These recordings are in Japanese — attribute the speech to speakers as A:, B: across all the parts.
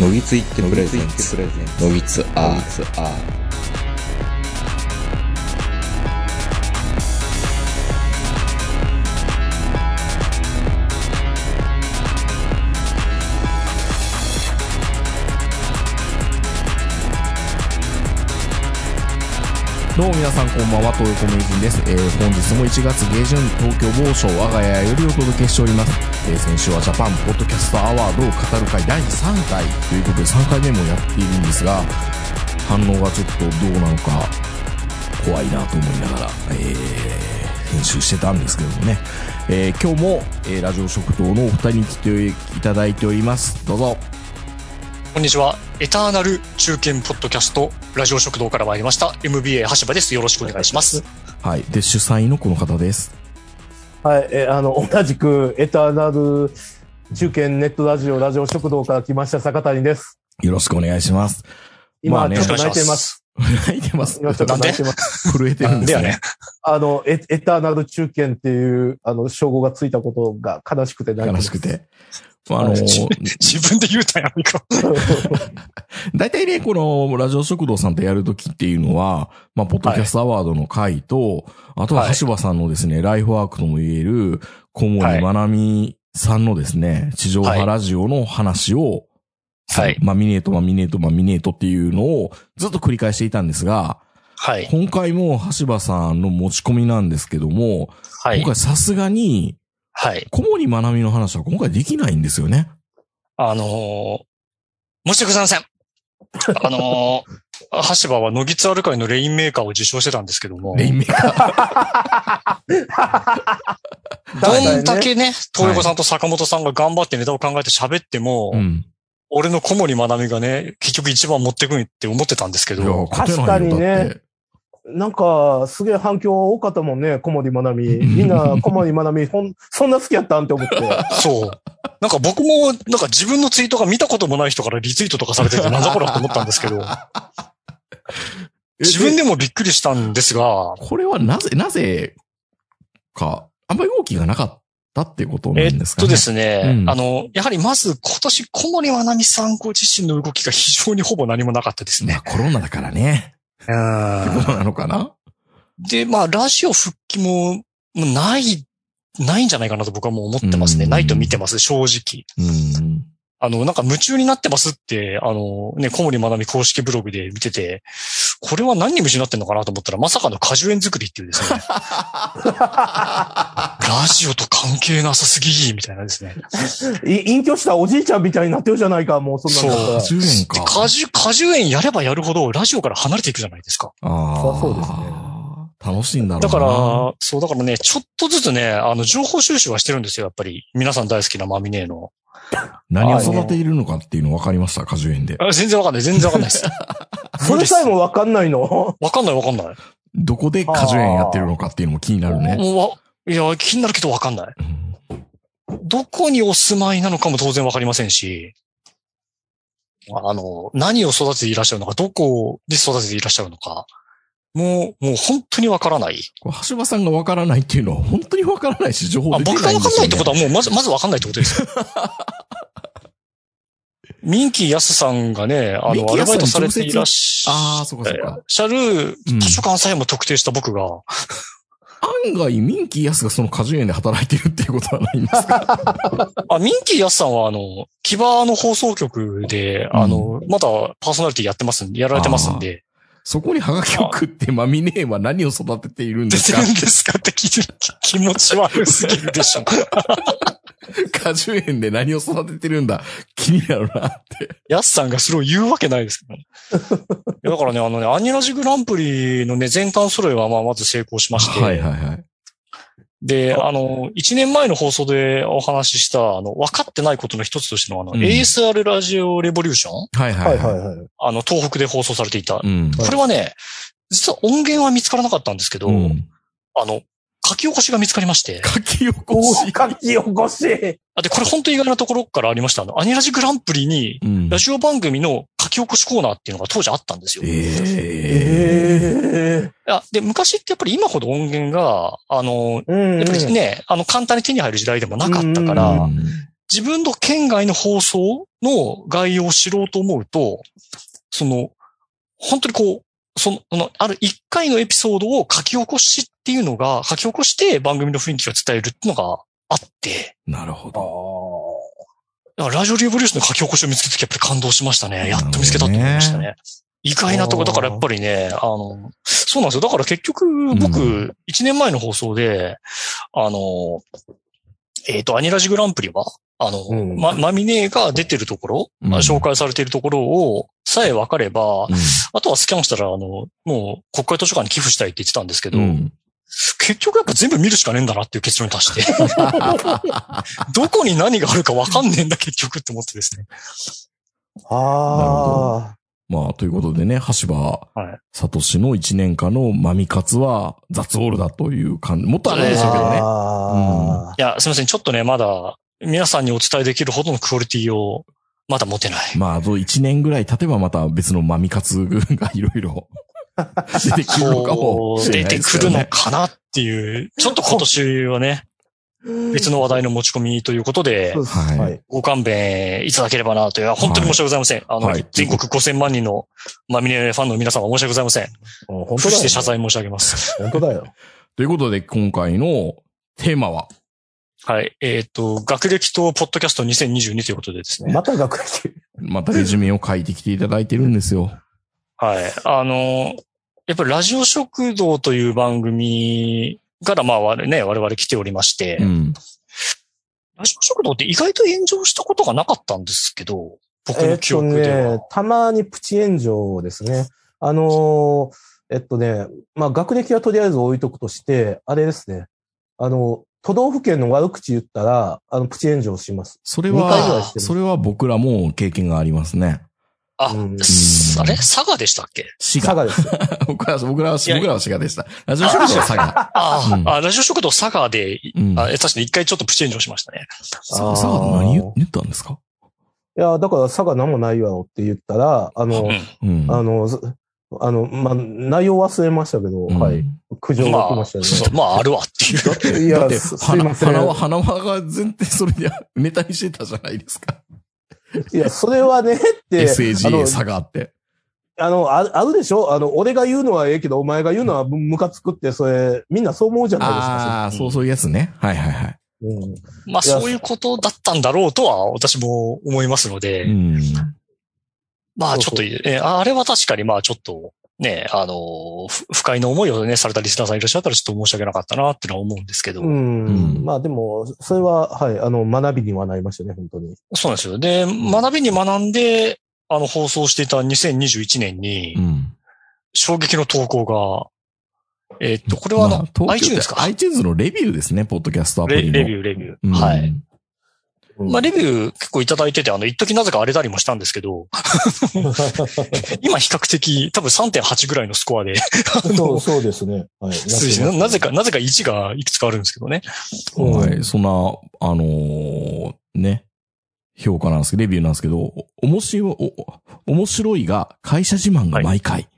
A: のぎついってプレゼンツのぎつアーツア
B: どうも皆さんこんばんは、東横名人です。えー、本日も1月下旬、東京某所我が家よりお届けしております。えー、先週はジャパンポッドキャストアワードを語る会第3回ということで3回目もやっているんですが、反応がちょっとどうなのか怖いなと思いながら、えー、編集してたんですけどもね。えー、今日も、えー、ラジオ食堂のお二人に来ていただいております。どうぞ。
C: こんにちは。エターナル中堅ポッドキャスト、ラジオ食堂から参りました。MBA 橋場です。よろしくお願い します。
B: はい。で、主催のこの方です。
D: はい、えーあの、 同じく、エターナル中堅ネットラジオ、ラジオ食堂から来ました坂谷です。
B: よろしくお願いします。ま
D: 今、
B: あね
D: ちょっと泣いてます。
B: 泣いてます。
D: 今、ちょっと泣いてます。
B: 震えてるんです
C: で
B: ね
C: は。ね、
D: あの、エエターナル中堅っていう、あの、称号がついたことが悲しくて泣いて
B: 悲
D: ま
B: し
D: す。
B: く て。まあ、あの、
C: 自分で言うたやんか。
B: 大体ね、この、ラジオ食堂さんとやるときっていうのは、まあ、ポッドキャストアワードの回と、あとは
C: はい
B: 橋場さんのですね、ライフワークとも言える、小森
C: はい
B: まなみさんのですね、地上波ラジオの話を、
C: はい
B: マミネート、マミネート、マミネートっていうのをずっと繰り返していたんですが、
C: はい。
B: 今回も橋場さんの持ち込みなんですけども、
C: は
B: 今
C: い。
B: 回さすがに、
C: はい。
B: 小森まなみの話は今回できないんですよね。
C: あのー、申し訳ございません。あのー、橋場は野木ツアル会のレインメーカーを受賞してたんですけども、
B: レインメーカー。
C: どんだ
D: だけ
C: けね、東横さんと坂本さんが頑張ってネタを考えて喋っても、
B: ん。
C: 俺の小森まなみがね、結局一番持ってくんって思ってたんですけ
B: いや
C: ど、
B: 勝てないよ
D: 確かにね
B: だって
D: なんか、すげえ反響多かったもんね、小森まなみ。みんな、小森まなみ、ほん、そんな好きやったんって思 って。
C: そう。なんか僕も、なんか自分のツイートが見たこともない人からリツイートとかされてて、なんだこれと思ったんですけど、自分
B: で、
C: でもびっくりしたんですが、
B: これはなぜ、なぜか、あんまり動きがなかったっていうことなんですか
C: えっ
B: ね。
C: とですね、
B: うん
C: あの、やはりまず今年小森まなみさんご自身の動きが非常にほぼ何もなかったです
B: ま
C: ね
B: あ。コロナだからね。ってことなのかな
C: で、まあ、ラジオ復帰も、もうない、ないんじゃないかなと僕はもう思ってますね。
B: うん
C: ないと見てます、正直。
B: うん。
C: あの、なんか夢中になってますって、あの、ね、小森まなみ公式ブログで見てて、これは何に夢中になってんのかなと思ったら、まさかの果樹園作りっていうです ね。ラジオと関係なさすぎ、みたいなですね。
D: い隠居したおじいちゃんみたいになってるじゃないか、もう、そんなのが。
B: 10円
C: で
B: か。
C: 果樹、果樹園やればやるほど、ラジオから離れていくじゃないですか。
B: ああ。
D: そうです
B: ね。楽しいんだろうな。
C: だから、そう、だからね、ちょっとずつね、あの、情報収集はしてるんですよ、やっぱり。皆さん大好きなマミネーの。
B: 何を育ているのかっていうの分かりました、果樹園で。
C: あ全然わかんない、全然わかんない です。
D: それさえもわかんないの
C: わかんない、わかんない。
B: どこで果樹園やってるのかっていうのも気になるね。
C: もうわ、いや、気になるけどわかんない。
B: うん
C: どこにお住まいなのかも当然わかりませんし、あの、何を育てていらっしゃるのか、どこで育てていらっしゃるのか、もう、もう本当にわからない。
B: これ橋場さんが分からないっていうのは本当に分からないし、情報
C: あ
B: 出てないん
C: 僕
B: です
C: が
B: よ、ね。
C: わかんないってことはもうまず、まずわかんないってことで すよ。ミンキーヤスさんがね、あ
B: ミン
C: の、
B: キ
C: ア
B: ーヤ
C: ル
B: スさん
C: バイ
B: に
C: トされていらっし
B: ああ、そうかそうか。
C: ゃる
B: うん
C: 図書館さえも特定した僕が、
B: 案外、ミンキーヤスがその果樹園で働いてるっていうことはないんですか
C: あ、ミンキーヤスさんは、あの、キバの放送局で、あの、まだパーソナリティやってますんで、やられてますんで、
B: そこにハガキを送って、マミネーは何を育てているんで
C: 出
B: す
C: て
B: か
C: るんですかって聞いてる気持ち悪すぎるで しょ。
B: 果樹園で何を育ててるんだ気になるなって。
C: ヤスさんがそれを言うわけないですけどね。いやだからね、あのね、アニラジグランプリのね、全巻揃えは、まあ、まず成功しまして、
B: はいはいはい。
C: で、あの、1年前の放送でお話しした、あの、分かってないことの一つとしての、あの、
B: うん
C: ASR ラジオレボリューション
B: はいは
D: はいいはい
B: は
D: はい。
C: あの、東北で放送されていた
B: い。。うん。
C: これはね、実は音源は見つからなかったんですけど、
B: うん
C: あの、書き起こしが見つかりまして。
B: 書き起こ
D: お
B: し
D: ー。書き起こし。
C: あ、で、これ本当意外なところからありました。あの、アニラジグランプリに、
B: うん
C: ラジオ番組の書き起こしコーナーっていうのが当時あったんですよ。
B: ええ。
D: ええ
C: あで、昔ってやっぱり今ほど音源が、あの、
D: うんう
C: や
D: ん
C: っぱりね、あの、簡単に手に入る時代でもなかったか
B: う
C: ら、
B: ん
C: 自分の県外の放送の概要を知ろうと思うと、その、本当にこう、その、あのある一回のエピソードを書き起こしっていうのが、書き起こして番組の雰囲気を伝えるっていうのがあって、
B: なるほ
D: あ
B: ど。。
C: だ
D: あ
C: からラジオリューボリューションの書き起こしを見つけた時やっぱり感動しましたね。やっと見つけたと思いましたね。意外なとこ、だからやっぱりね、あの、そうなんですよ。だから結局、
B: う
C: 僕、1年前の放送で、あの、えっ、と、アニラジグランプリは、あの、
D: うん
C: ま、マミネが出てるところ、
B: うん
C: まあ紹介されているところをさえ分かれば、
B: う
C: あとはスキャンしたら、あの、もう国会図書館に寄付したいって言ってたんですけど、
B: ん。うん。
C: 結局やっぱ全部見るしかねえんだなっていう結論に達して、どこに何があるか分かんねえんだ結局って思ってですね。
D: ああ。
B: まあ、ということでね、橋場
C: はい
B: 聡の1年間のマミ活は雑オールだという感じ。もっとあるんでしょうけどね。
D: あ
C: いや、すいません。ちょっとね、まだ皆さんにお伝えできるほどのクオリティをまだ持てない。
B: まあ、あと1年ぐらい経てばまた別のマミ活がいろいろ 出てくるのかも
C: こう
B: しれ
C: 出
B: ない
C: て
B: ですけ
C: く
B: ど
C: る
B: ね
C: のかなっていう、ちょっと今年はね、別の話題の持ち込みということで
D: そう、です
B: はい
D: はい。
C: ご勘弁いただければなという、本当に申し訳ございません。あの、
B: はい
C: 全国5000万人のマミネファンの皆様申し訳ございません。
D: うん本
C: 不
D: 当だ
C: して謝
D: よ。
C: 罪申し上げます。
D: 本当だよ。
B: ということで、今回のテーマは、
C: はい。えっ、と、学歴とポッドキャスト2022ということでですね。
D: また学歴。
B: またレジュメを書いてきていただいてるんですよ。
C: はい。あの、やっぱりラジオ食堂という番組から、まあ、我々ね、我々来ておりまして、
B: うん。
C: ラジオ食堂って意外と炎上したことがなかったんですけど、僕
D: え
C: の
D: っ
C: 記
D: と
C: 憶では。
D: ね、たまにプチ炎上ですね。あのーえっとね、まあ、学歴はとりあえず置いとくとして、あれですね。あの、都道府県の悪口言ったら、あの、プチ炎上します。
B: それ
D: 二回ぐらい
B: は
D: し、てる
B: それは僕らも経験がありますね。
C: あ、
D: うん
C: すあれ佐賀でしたっけ
B: 滋
D: 佐
B: 賀。
D: 賀です。
B: 僕ら、僕らは、
C: いや
B: 僕らは滋賀でした。ラジオ食堂は佐賀。
C: あ、
B: うん
C: あ、ラジオ食堂佐賀で、
B: うん。
C: あえ確かに一回ちょっとプチ炎上しましたね。
B: 佐賀、佐賀って何言言ったんですか
D: いや、だから佐賀何もないやろって言ったら、あの、
B: うん。
D: あの、ずあの、まあ、内容忘れましたけ
B: う
D: ど、
B: ん
D: はい。。苦情が来
C: ま
D: ま
C: あ、
D: し
C: そ
D: た
C: う
D: ね。
C: そう、まああるわっていう。
D: い
B: だっ
D: や、
B: て、
D: すすい
B: 花
D: ません。
B: 花は、花輪が全然それで ネタにしてたじゃないですか。
D: いや、それはね、って、あ
B: SAGA
D: の
B: 佐賀って。
D: あの、ああるでしょあの、俺が言うのはええけど、お前が言うのはむムカつくって、それ、みんなそう思うじゃないですか。
B: ああ、そう、そういうやつね。はいはいはい。
D: うん
C: まあそういうことだったんだろうとは私も思いますので、
B: うん。
C: まあちょっと
D: そう
C: えああれは確かにまあちょっとね、あの、ふ不快な思いをね、されたリスナーさんいらっしゃったらちょっと申し訳なかったなってのは思うんですけど、
D: うん。
B: うん
D: まあでも、それは、はい、あの、学びにはなりましたね、本当に。
C: そうなんですよ。で、学びに学んで、あの、放送していた2021年
B: う
C: に、
B: ん。
C: 衝撃の投稿が、えーっと、これはあの、
B: 東京って
C: iTunes か
B: iTunes のレビューですね、ポッドキャストアプ
C: レ
B: リの。
C: レビュー、レビュー。
B: うん
C: はい。。
D: うん
C: まあ、レビュー結構いただいてて、あの、一時なぜか荒れたりもしたんですけど、 今比較的、多分3.8ぐらいのスコアで、
D: そう、そうですね。はい。
C: 推移して
D: な
C: な
D: ってます
C: なぜか、なぜか1がいくつかあるんですけどね。
D: うん
B: はい。そんな、あのーね、評価なんですけど、レビューなんですけど、お面白い、お面白いが、会社自慢が毎回、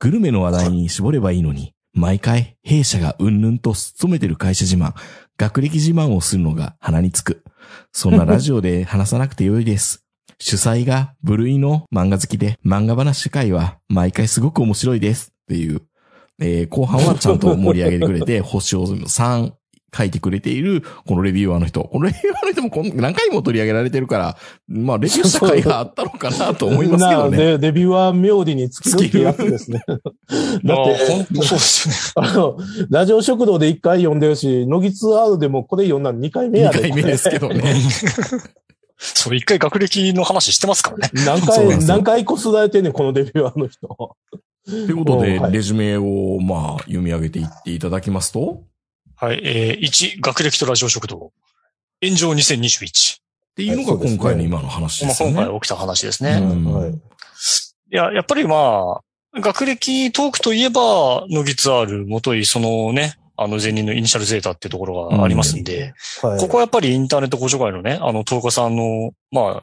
B: グルメの話題に絞ればいいのに、毎回、弊社がうんぬんと勤めてる会社自慢、学歴自慢をするのが鼻につく。そんなラジオで話さなくてよいです。 主催が部類の漫画好きで、漫画話会は毎回すごく面白いです。っていう、えー後半はちゃんと盛り上げてくれて、星を3書いてくれている、このレビューアーの人。このレビューアーの人もこん何回も取り上げられてるから、まあ、レビューした回があったのかなと思いますけど
D: な
B: ね。
D: で、レビューは妙利に尽きるっていうやつで すね。だっ
C: まあ、
D: て、
C: 本当そうですよね。
D: あの、 ラジオ食堂で1回読んでるし、ノギツアールでもこれ読んだの2回目
B: 2
D: やで。
B: 回目ですけどね。
C: そう、一回学歴の話してますからね。
D: 何
B: そうなんです
D: 回、
B: よ
D: 何回こすられてんねんこのレビューアーの人。
B: ということで
D: お、はい
B: レジュメを、まあ、読み上げていっていただきますと、
C: はい。えー、1、学歴とラジオ食堂。炎上2021。
B: っていうのが今回の今の話
C: ま
B: で
C: あ、
B: すよ
C: 今
B: ね。
C: 回起きた話ですね。
B: うん
D: はい。
C: いや、やっぱりまあ、学歴トークといえば、ノギツアール、元いそのね、あの、前任のイニシャルゼータっていうところがありますんで、
D: はい。
C: ここはやっぱりインターネットご助会のね、あの、東岡さんの、まあ、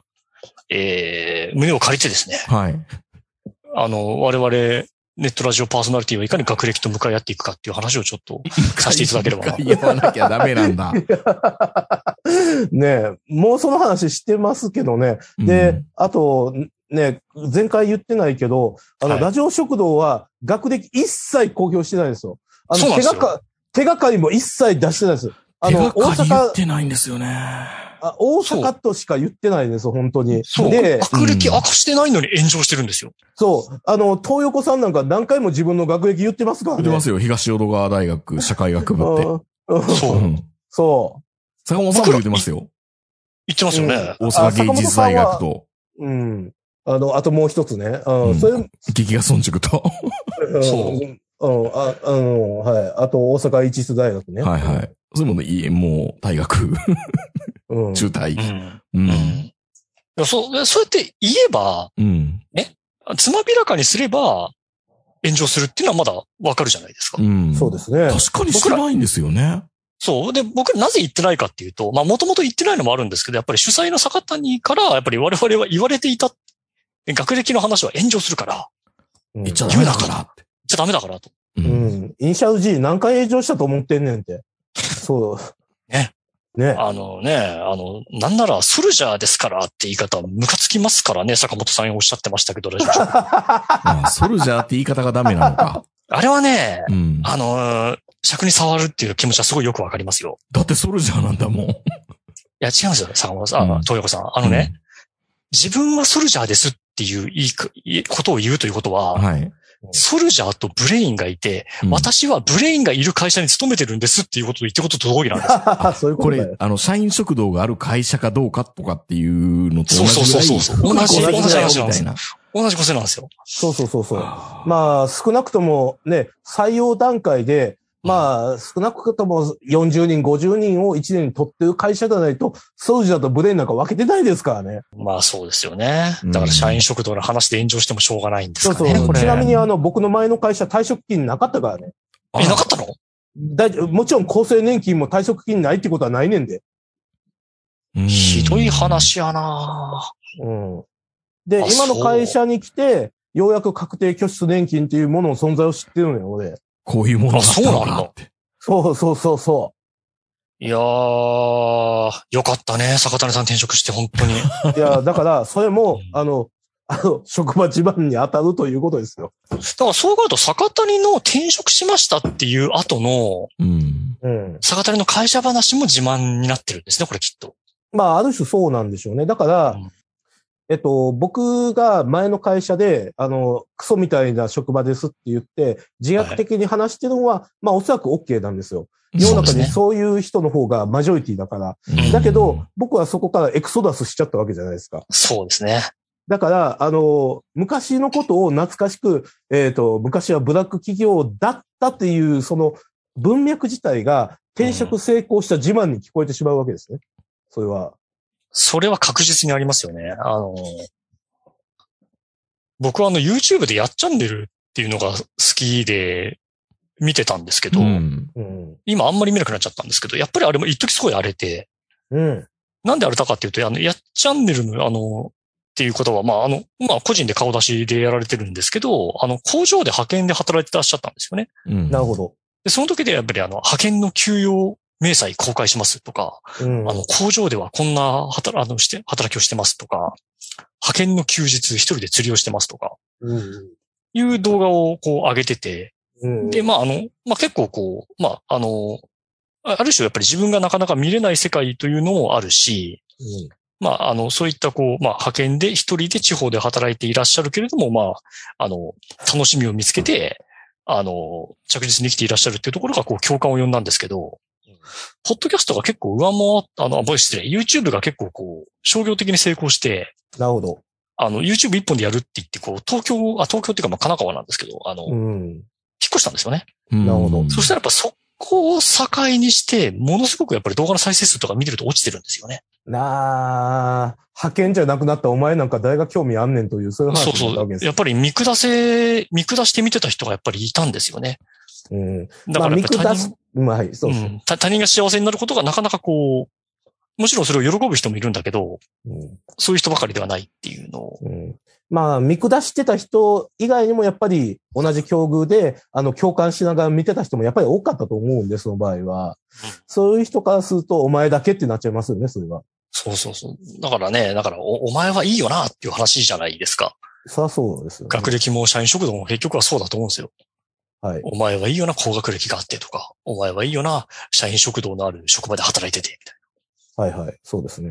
C: えー、胸を借りてですね、
B: はい。
C: あの、我々、ネットラジオパーソナリティはいかに学歴と向かい合っていくかっていう話をちょっとさせていただければな。
B: 言わなきゃダメなんだ。
D: ねえ、もうその話してますけどね。で、あと、ね、前回言ってないけど、あの、
C: はい
D: ラジオ食堂は学歴一切公表してないんですよ。あ
C: そう
D: の、
C: なん
D: 手
C: ですよ
D: がか、手がかりも一切出してないです。あ
B: あ
D: の
B: の、、
D: 大
B: 大阪言っ
D: 阪、
B: てないんですよね。
D: あ大阪としか言ってないです、本当に。
C: そう。
D: で、
C: 学歴
B: うん
C: 明かしてないのに炎上してるんですよ。
D: そう、あの、東横さんなんか何回も自分の学歴言ってますから
B: 言
D: ね。
B: ってますよ、東淀川大学社会学部って。
D: うんうん
C: そうう。
B: ん
D: そ
B: 坂本さんも言ってますよ。
C: 言ってますよね。
B: 大阪芸術大学と、
D: う。うん。あの、あともう一つね。うん。
B: うん
D: それ、
B: 劇画村塾と。
C: そう
D: うん。うん、あ、あの、はい。あと、大阪一室大学ね。
B: はいはい。それもね、いいもう、大学、
D: うん。
B: 中退
C: う。ん。
B: う。
C: うんん。そう、そうやって言えば、
B: うん。
C: つまびらかにすれば、炎上するっていうのはまだわかるじゃないですか。
B: うん。
D: そうですね。
B: 確かにしてないんですよね。
C: そう。で、僕なぜ言ってないかっていうと、まあもともと言ってないのもあるんですけど、やっぱり主催の坂谷から、やっぱり我々は言われていた、学歴の話は炎上するから、
D: うん
B: 言っちゃダメだからっ
C: じゃダメだからと。
B: て。う。
D: うんん。イニシャル G 何回炎上したと思ってんねんって。そう。
C: ね。
D: ね。
C: あのね、あの、なんならソルジャーですからって言い方はムカつきますからね、坂本さんおっしゃってましたけど、ラジオショー
B: あソルジャーって言い方がダメなのか。
C: あれはね、
B: うん。
C: あのー、尺に触るっていう気持ちはすごいよくわかりますよ。
B: だってソルジャーなんだもん。
C: いや、違うんですよ、坂本さん。あ
B: うん
C: 東横さん。あのね、自分はソルジャーですっていう言いか言いことを言うということ
B: うん。
C: は、
B: はい。
C: ソルジャーとブレインがいて、
B: うん
C: 私はブレインがいる会社に勤めてるんですっていうことと言ってことと同義なんで すよ。
D: そういうこ
B: こと
D: だよ
B: れ、あの、社員食堂がある会社かどうかとかっていうのと同じぐらい。
C: そうそうそうそう
B: 同じ
D: 同じ
B: 同じ話
C: 同
B: みた
C: じ
B: いな。
C: 同じことなんですよ。
D: そうそうそうそう。まあ、少なくともね、採用段階で、まあ、少なくとも40人、50人を1年に取ってる会社じゃないと、ソルジャーとブレインなんか分けてないですからね。
C: まあそうですよね
B: うん。
C: だから社員食堂の話で炎上してもしょうがないんです
D: そう
C: か
D: そ
C: ね、
B: う
C: こ
D: う。
C: れ。
D: ちな
C: え、
D: みにあの、僕の前の会社退職金なかったからね。
C: なかったの
D: だいもちろん厚生年金も退職金ないってことはないねんで。
B: うん
C: ひどい。話やな
D: うん。で
C: あ、
D: 今の
C: そう
D: 会社に来て、ようやく確定拠出年金っていうものの存在を知ってるのよ、俺。
B: こういうものだったのかって。
D: そうそうそうそ
C: いやー、よかったね。坂谷さん転職して、本当に。、
D: う。いや、だから、それもあの、あの、職場地盤に当たるということですよ。
C: だからそう考えると、坂谷の転職しましたっていう後の、
B: うん。
D: うん。
C: 坂谷の会社話も自慢になってるんですね、これきっと。
D: まあ、ある種そうなんでしょうね。だから、
C: うん
D: えっと、僕が前の会社で、あの、クソみたいな職場ですって言って、自虐的に話してるのは、まあ、おそらく OK なんですよ。世の中
C: そう
D: に
C: ですね
D: そういう人の方がマジョリティだから。
B: うん
D: だけど、、僕はそこからエクソダスしちゃったわけじゃないですか。
C: そうですね。
D: だから、あの、昔のことを懐かしく、えっ、と、昔はブラック企業だったっていう、その文脈自体が転職成功した自慢に聞こえてしまうわけですね。それは。
C: それは確実にありますよね。あの、僕はあの YouTube でやっちゃんでるっていうのが好きで見てたんですけど、
B: うん。
D: うん。
C: 今あんまり見なくなっちゃったんですけど、やっぱりあれも一時すごい荒れて、
D: うん。
C: なんで荒れたかっていうと、あの、やっちゃんでるの、あの、っていうことは、まあ、あの、まあ、個人で顔出しでやられてるんですけど、あの、工場で派遣で働いてらっしゃったんですよね。
B: うん
D: なるほど。
C: で、その時でやっぱりあの、派遣の給与明細公開しますとか、
D: うん。
C: あの、工場ではこんな働あのして働きをしてますとか、派遣の休日一人で釣りをしてますとか、
D: うん。
C: いう動画をこう上げてて、
D: うん。
C: で、まああの、まあ結構こう、まああの、あある種やっぱり自分がなかなか見れない世界というのもあるし、
D: うん
C: まああの、そういったこう、まあ派遣で一人で地方で働いていらっしゃるけれども、まあ、あの、楽しみを見つけて、あの、着実に生きていらっしゃるっていうところがこう共感を呼んだんですけど、ポッドキャストが結構上回っあの、あごめん失礼、YouTube が結構こう、商業的に成功して、
D: なるほど。
C: あの、YouTube 一本でやるって言って、こう、東京、あ、東京っていうか、まあ、神奈川なんですけど、あの、
D: う
C: 引っ
D: ん。
C: 越したんですよね。
B: うん
D: なるほど
C: そしたらやっぱそこを境にして、ものすごくやっぱり動画の再生数とか見てると落ちてるんですよね。
D: なあ、派遣じゃなくなったお前なんか誰が興味あんねんという、そういう
C: そう
D: 話だった
C: そ
D: わけで
C: う。
D: す
C: や
D: よ
C: っ。ぱり見下せ、見下して見てた人がやっぱりいたんですよね。
D: うん。
C: だ
D: ま
C: か
D: あ、
C: らや
D: 見
C: っぱり他
D: 下
C: 人
D: す。、まあ、はい、そう
C: う
D: そう。
C: ん、他他人が幸せになることがなかなかこう、もちろんそれを喜ぶ人もいるんだけど、
D: うん
C: そういう人ばかりではないっていうのを。
D: うんまあ、見下してた人以外にもやっぱり同じ境遇で、あの、共感しながら見てた人もやっぱり多かったと思うんで、その場合は。そういう人からすると、お前だけってなっちゃいますよね、それは。
C: そうそうそう。だからね、だからお、お前はいいよなっていう話じゃないですか。
D: そりゃそうですよ、ね。
C: 学歴も社員食堂も結局はそうだと思うんですよ。
D: はい。
C: お前はいいよな、高学歴があってとか、お前はいいよな、社員食堂のある職場で働いてて、みたい
D: はいはい。そうですね。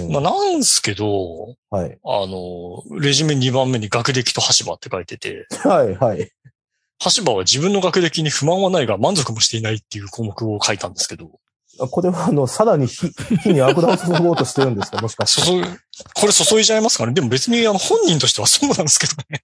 D: うん
C: な。まあ、なんすけど、
D: はい。
C: あの、レジュメ2番目に学歴と橋場って書いてて、
D: はいはい。
C: 橋場は自分の学歴に不満はないが満足もしていないっていう項目を書いたんですけど、
D: あこれは、あの、さらに火、火に油を注ごうとしてるんですかもしか して。
C: 注い、これ注いじゃいますかねでも別にあの本人としてはそうなんですけどね。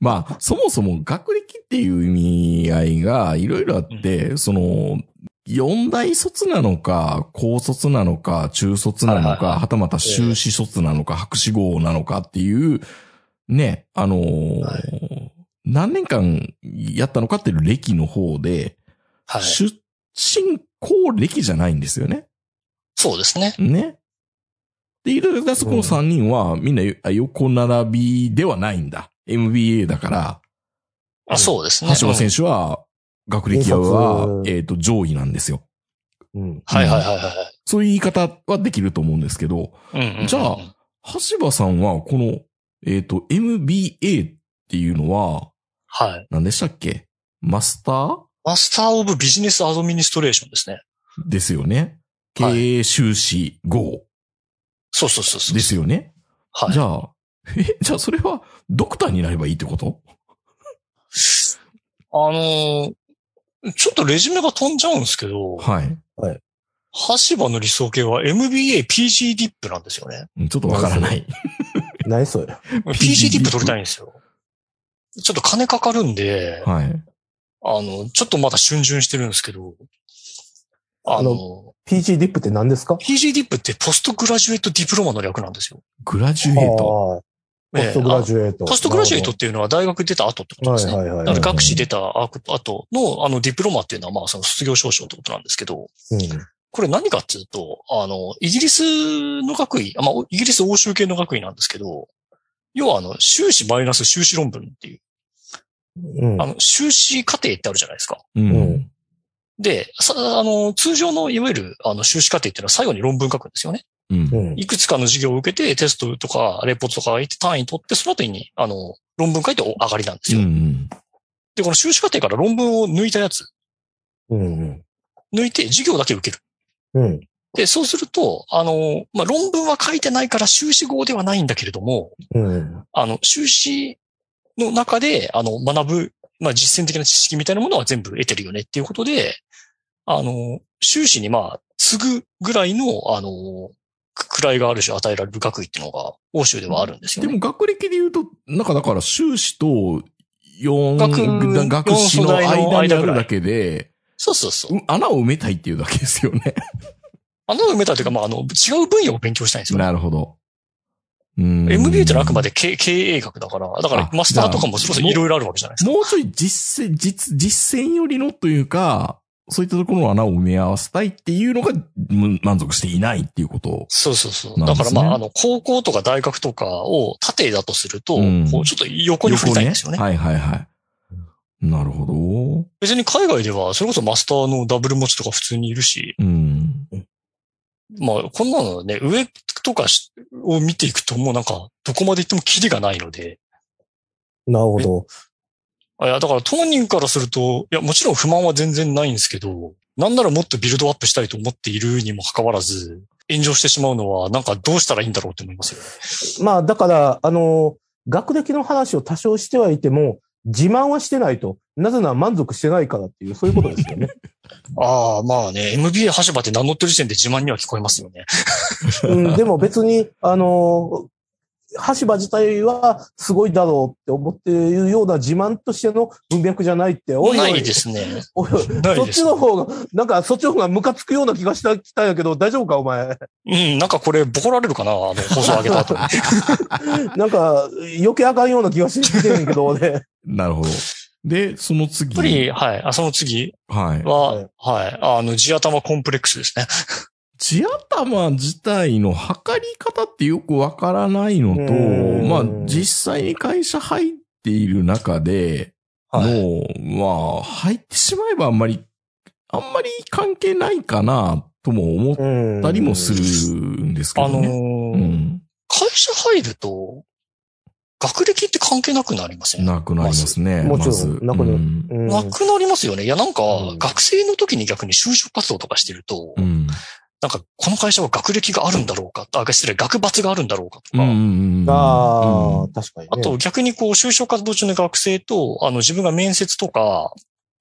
B: まあ、そもそも学歴っていう意味合いがいろいろあって、その、四大卒なのか、高卒なのか、中卒なのか、
C: は
B: はい
C: はいは
B: たまた修士卒なのか、博士号なのかっていう、ね、あのー
C: は
B: 何年間やったのかっていう歴の方で、
C: はい。
B: 出身校歴じゃないんですよね。
C: そうですね。
B: ね。で、いろいろ出すこの3人は、みんなよあ横並びではないんだ。MBA だから、
C: あ、そうですね。
B: 橋本選手は、学歴は
D: う、ん
B: えっ、と、上位なんですよ。
D: うん。
C: うんはいはいはいは
B: そういう言い方はできると思うんですけど、
C: い。うんうんうん
B: じゃあ橋場さんは、この、えっ、と、MBA っていうのは、
C: はい。
B: 何でしたっけマスター
C: マスターオブビジネスアドミニストレーションですね。
B: ですよね。
C: はい
B: 経営修士号
C: そうそうそうそう。
B: ですよね。
C: はい。
B: じゃあ、 え、じゃあそれは、ドクターになればいいってこと
C: あのーちょっとレジュメが飛んじゃうんですけど、
B: はい。
C: 橋場の理想形は MBA、PG ディップなんですよね。
B: うんちょっとわからない。
D: 何それ。
C: PG ディップ取りたいんですよ。ちょっと金かかるんで、
B: はい。
C: あの、ちょっとまだ逡巡してるんですけど、あの、
D: あ PG ディップって何ですか
C: PG ディップってポストグラジュエットディプロマの略なんですよ。
B: グラジュエート。
D: ああポストグラジュエー
C: ええあ
D: ト。
C: ポストグラジュエットっていうのは大学出た後ってことですね。
D: はいはいはい。
C: だから学士出た後のあのディプロマっていうのはまあその卒業証書ってことなんですけど、
D: うん
C: これ何かっていうと、あの、イギリスの学位、あまあ、イギリス欧州系の学位なんですけど、要はあの、修士マイナス修士論文っていう、
D: うん
C: あの、修士課程ってあるじゃないですか。
B: う
D: うんん。
C: で、さあの、通常のいわゆるあの修士課程っていうのは最後に論文書くんですよね。
B: うん
D: う。ん。
C: いくつかの授業を受けて、テストとか、レポートとか行って単位取って、その後に、あの、論文書いてお上がりなんです
B: う
C: よ。
B: ん。
C: で、この修士課程から論文を抜いたやつ、
D: うん。
C: 抜いて授業だけ受ける。
D: うん。
C: で、そうすると、あの、まあ、論文は書いてないから修士号ではないんだけれども、
D: うん。
C: あの、修士の中で、あの、学ぶ、まあ、実践的な知識みたいなものは全部得てるよねっていうことで、あの、修士にまあ、次ぐぐらいの、あの、く位がある種与えられる学位っていうのが、欧州ではあるんです
B: で
C: よね。
B: も学歴で言うと、なんかだから修士と四
C: 学
B: 学学士の間にあるだけで、
C: そうそうそう。
B: う穴を埋めたいっていうだけですよね。
C: 穴を埋めたというか、まあ、あの、違う分野を勉強したいんですよ ね。
B: なるほど。うん。
C: MBA ってのはあくまで経経営学だから、だから
B: あ
C: マスターとかもそれこそいろいろあるわけじゃないですか。
B: もうちょい実践、実、実践よりのというか、そういったところの穴を埋め合わせたいっていうのがむ満足していないっていうこと。
C: そうそうそう。
B: なん
C: だ
B: です
C: か
B: ね
C: らまあ、あの、高校とか大学とかを縦だとすると、
B: うん
C: こうちょっと横に振りたいんですよね。
B: はいはいはい。なるほど。
C: 別に海外では、それこそマスターのダブル持ちとか普通にいるし、
B: うん。
C: まあ、こんなのね、上とかしを見ていくともうなんか、どこまで行ってもキリがないので、
D: なるほど。
C: あいや、だから当人からすると、いや、もちろん不満は全然ないんですけど、なんならもっとビルドアップしたいと思っているにもかかわらず、炎上してしまうのは、なんかどうしたらいいんだろうって思いますよね。
D: まあ、だから、あの、学歴の話を多少してはいても、自慢はしてないと。なぜなら満足してないからっていう、そういうことですよね。
C: ああ、まあね、MBA 橋場って名乗ってる時点で自慢には聞こえますよね。
D: うん、でも別に、あの、橋場自体はすごいだろうって思っているような自慢としての文脈じゃないって、おいお
C: ないいですね。
D: おいおい
C: ない
D: そっ
C: で
D: ち
C: す。
D: の方が、なんかそっちの方がムカつくような気がした、きたんやけど、大丈夫かお前。
C: うん、なんかこれ、ボコられるかなあの、放送上げた後に。
D: なんか、余計あかんような気がしてきてんやけど、俺。
B: なるほど。で、その次。
C: やっぱり、はい。あその次
B: はい。
C: は、はい。あの、地頭コンプレックスですね。
B: 地頭自体の測り方ってよくわからないのと、
D: うん
B: まあ実際に会社入っている中で、
C: はい。
B: もう、まあ、入ってしまえばあんまり、あんまり関係ないかな、とも思っ
D: うん
B: たりもするんですけ
C: あ
B: ど
C: の
B: ね。
C: ー
B: うん。
C: 会社入ると、学歴って関係なくなりません
B: なくなりますね。
D: もちろん
B: まず
D: な
B: う
D: くなる
B: ん
D: うん
C: なくなりますよね。いや、なんか
D: う、ん
C: 学生の時に逆に就職活動とかしてると、
B: うん。
C: なんか、この会社は学歴があるんだろうか、あ、失礼、学罰があるんだろうかと
B: うん
C: か、
B: うんうん。
D: ああ、確かに、ね。
C: あと、逆にこう、就職活動中の学生と、あの、自分が面接とか、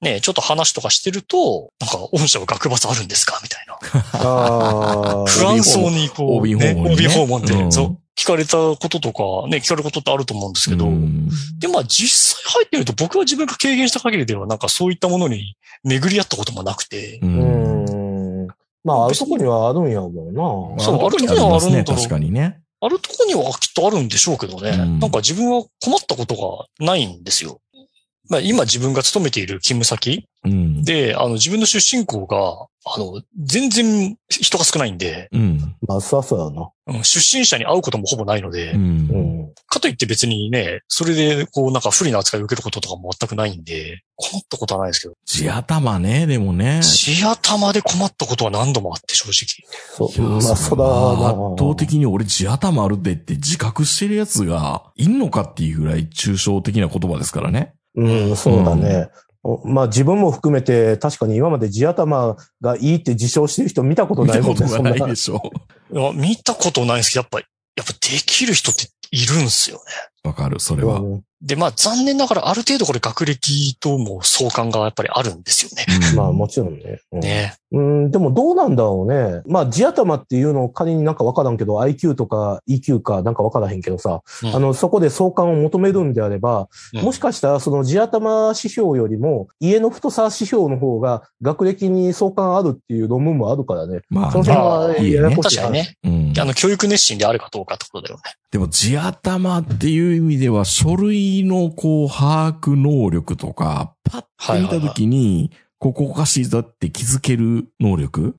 C: ね、ちょっと話とかしてると、なんか、御社は学罰あるんですかみたいな。
D: あー
C: フランス語にこう、
B: OB
C: ね
B: 訪問ね
C: OB 訪問って、
B: うん
C: そう、聞かれたこととか、ね、聞かれることってあると思うんですけど、
B: うん
C: で、まあ実際入ってみると僕は自分が経験した限りではなんかそういったものに巡り合ったこともなくて、
B: う。
D: うんん。まあ、あそこにはあるんやもんな。
C: そう
B: あの時にりますね
C: あるんだろう
B: 確かにね。
C: あるとこにはきっとあるんでしょうけどね、
B: うん
C: なんか自分は困ったことがないんですよ。まあ今自分が勤めている勤務先
B: うん。
C: で、あの自分の出身校が、あの、全然人が少ないんで、
B: うん。
D: まあ、そうそうやな。
C: うん出身者に会うこともほぼないので、
B: うん
D: うん。
C: かといって別にね、それでこうなんか不利な扱いを受けることとかも全くないんで、困ったことはないですけど、
B: 地頭ね、でもね。
C: 地頭で困ったことは何度もあって正直。
D: そ
B: いや
D: う。まあ、そらな。
B: 圧倒的に俺地頭あるでって自覚してるやつがいんのかっていうぐらい抽象的な言葉ですからね。
D: うん、そうだね。おまあ自分も含めて、確かに今まで地頭がいいって自称してる人見たこと
B: 見
D: ない
B: た
D: も
B: こ
D: んね、
B: とがない
D: そん
B: でしょ。
C: いや、見たことないんですけど、やっぱ、やっぱできる人っているんすよね。
B: わかる、それ
D: な
B: は。
D: うん
C: で、まあ残念ながらある程度これ学歴とも相関がやっぱりあるんですよね。
D: まあもちろんね。うん
C: ね。
D: うん、でもどうなんだろうね。まあ、地頭っていうのを仮になんかわからんけど、IQ とか EQ かなんかわからへんけどさ、
C: うん
D: あの、そこで相関を求めるんであれば、
C: うん
D: もしかしたらその地頭指標よりも、家の太さ指標の方が学歴に相関あるっていう論文もあるからね。
B: まあ
D: その
B: ね
D: 辺は
C: あ
B: ー
D: ややこ
C: 確
D: しい話。
C: かにね。
B: うん
C: あの、教育熱心であるかどうかってことだよね。
B: でも地頭っていう意味では書類のこう把握能力とか、パッて見たときに、ここおかしいぞって気づける能力
C: うん。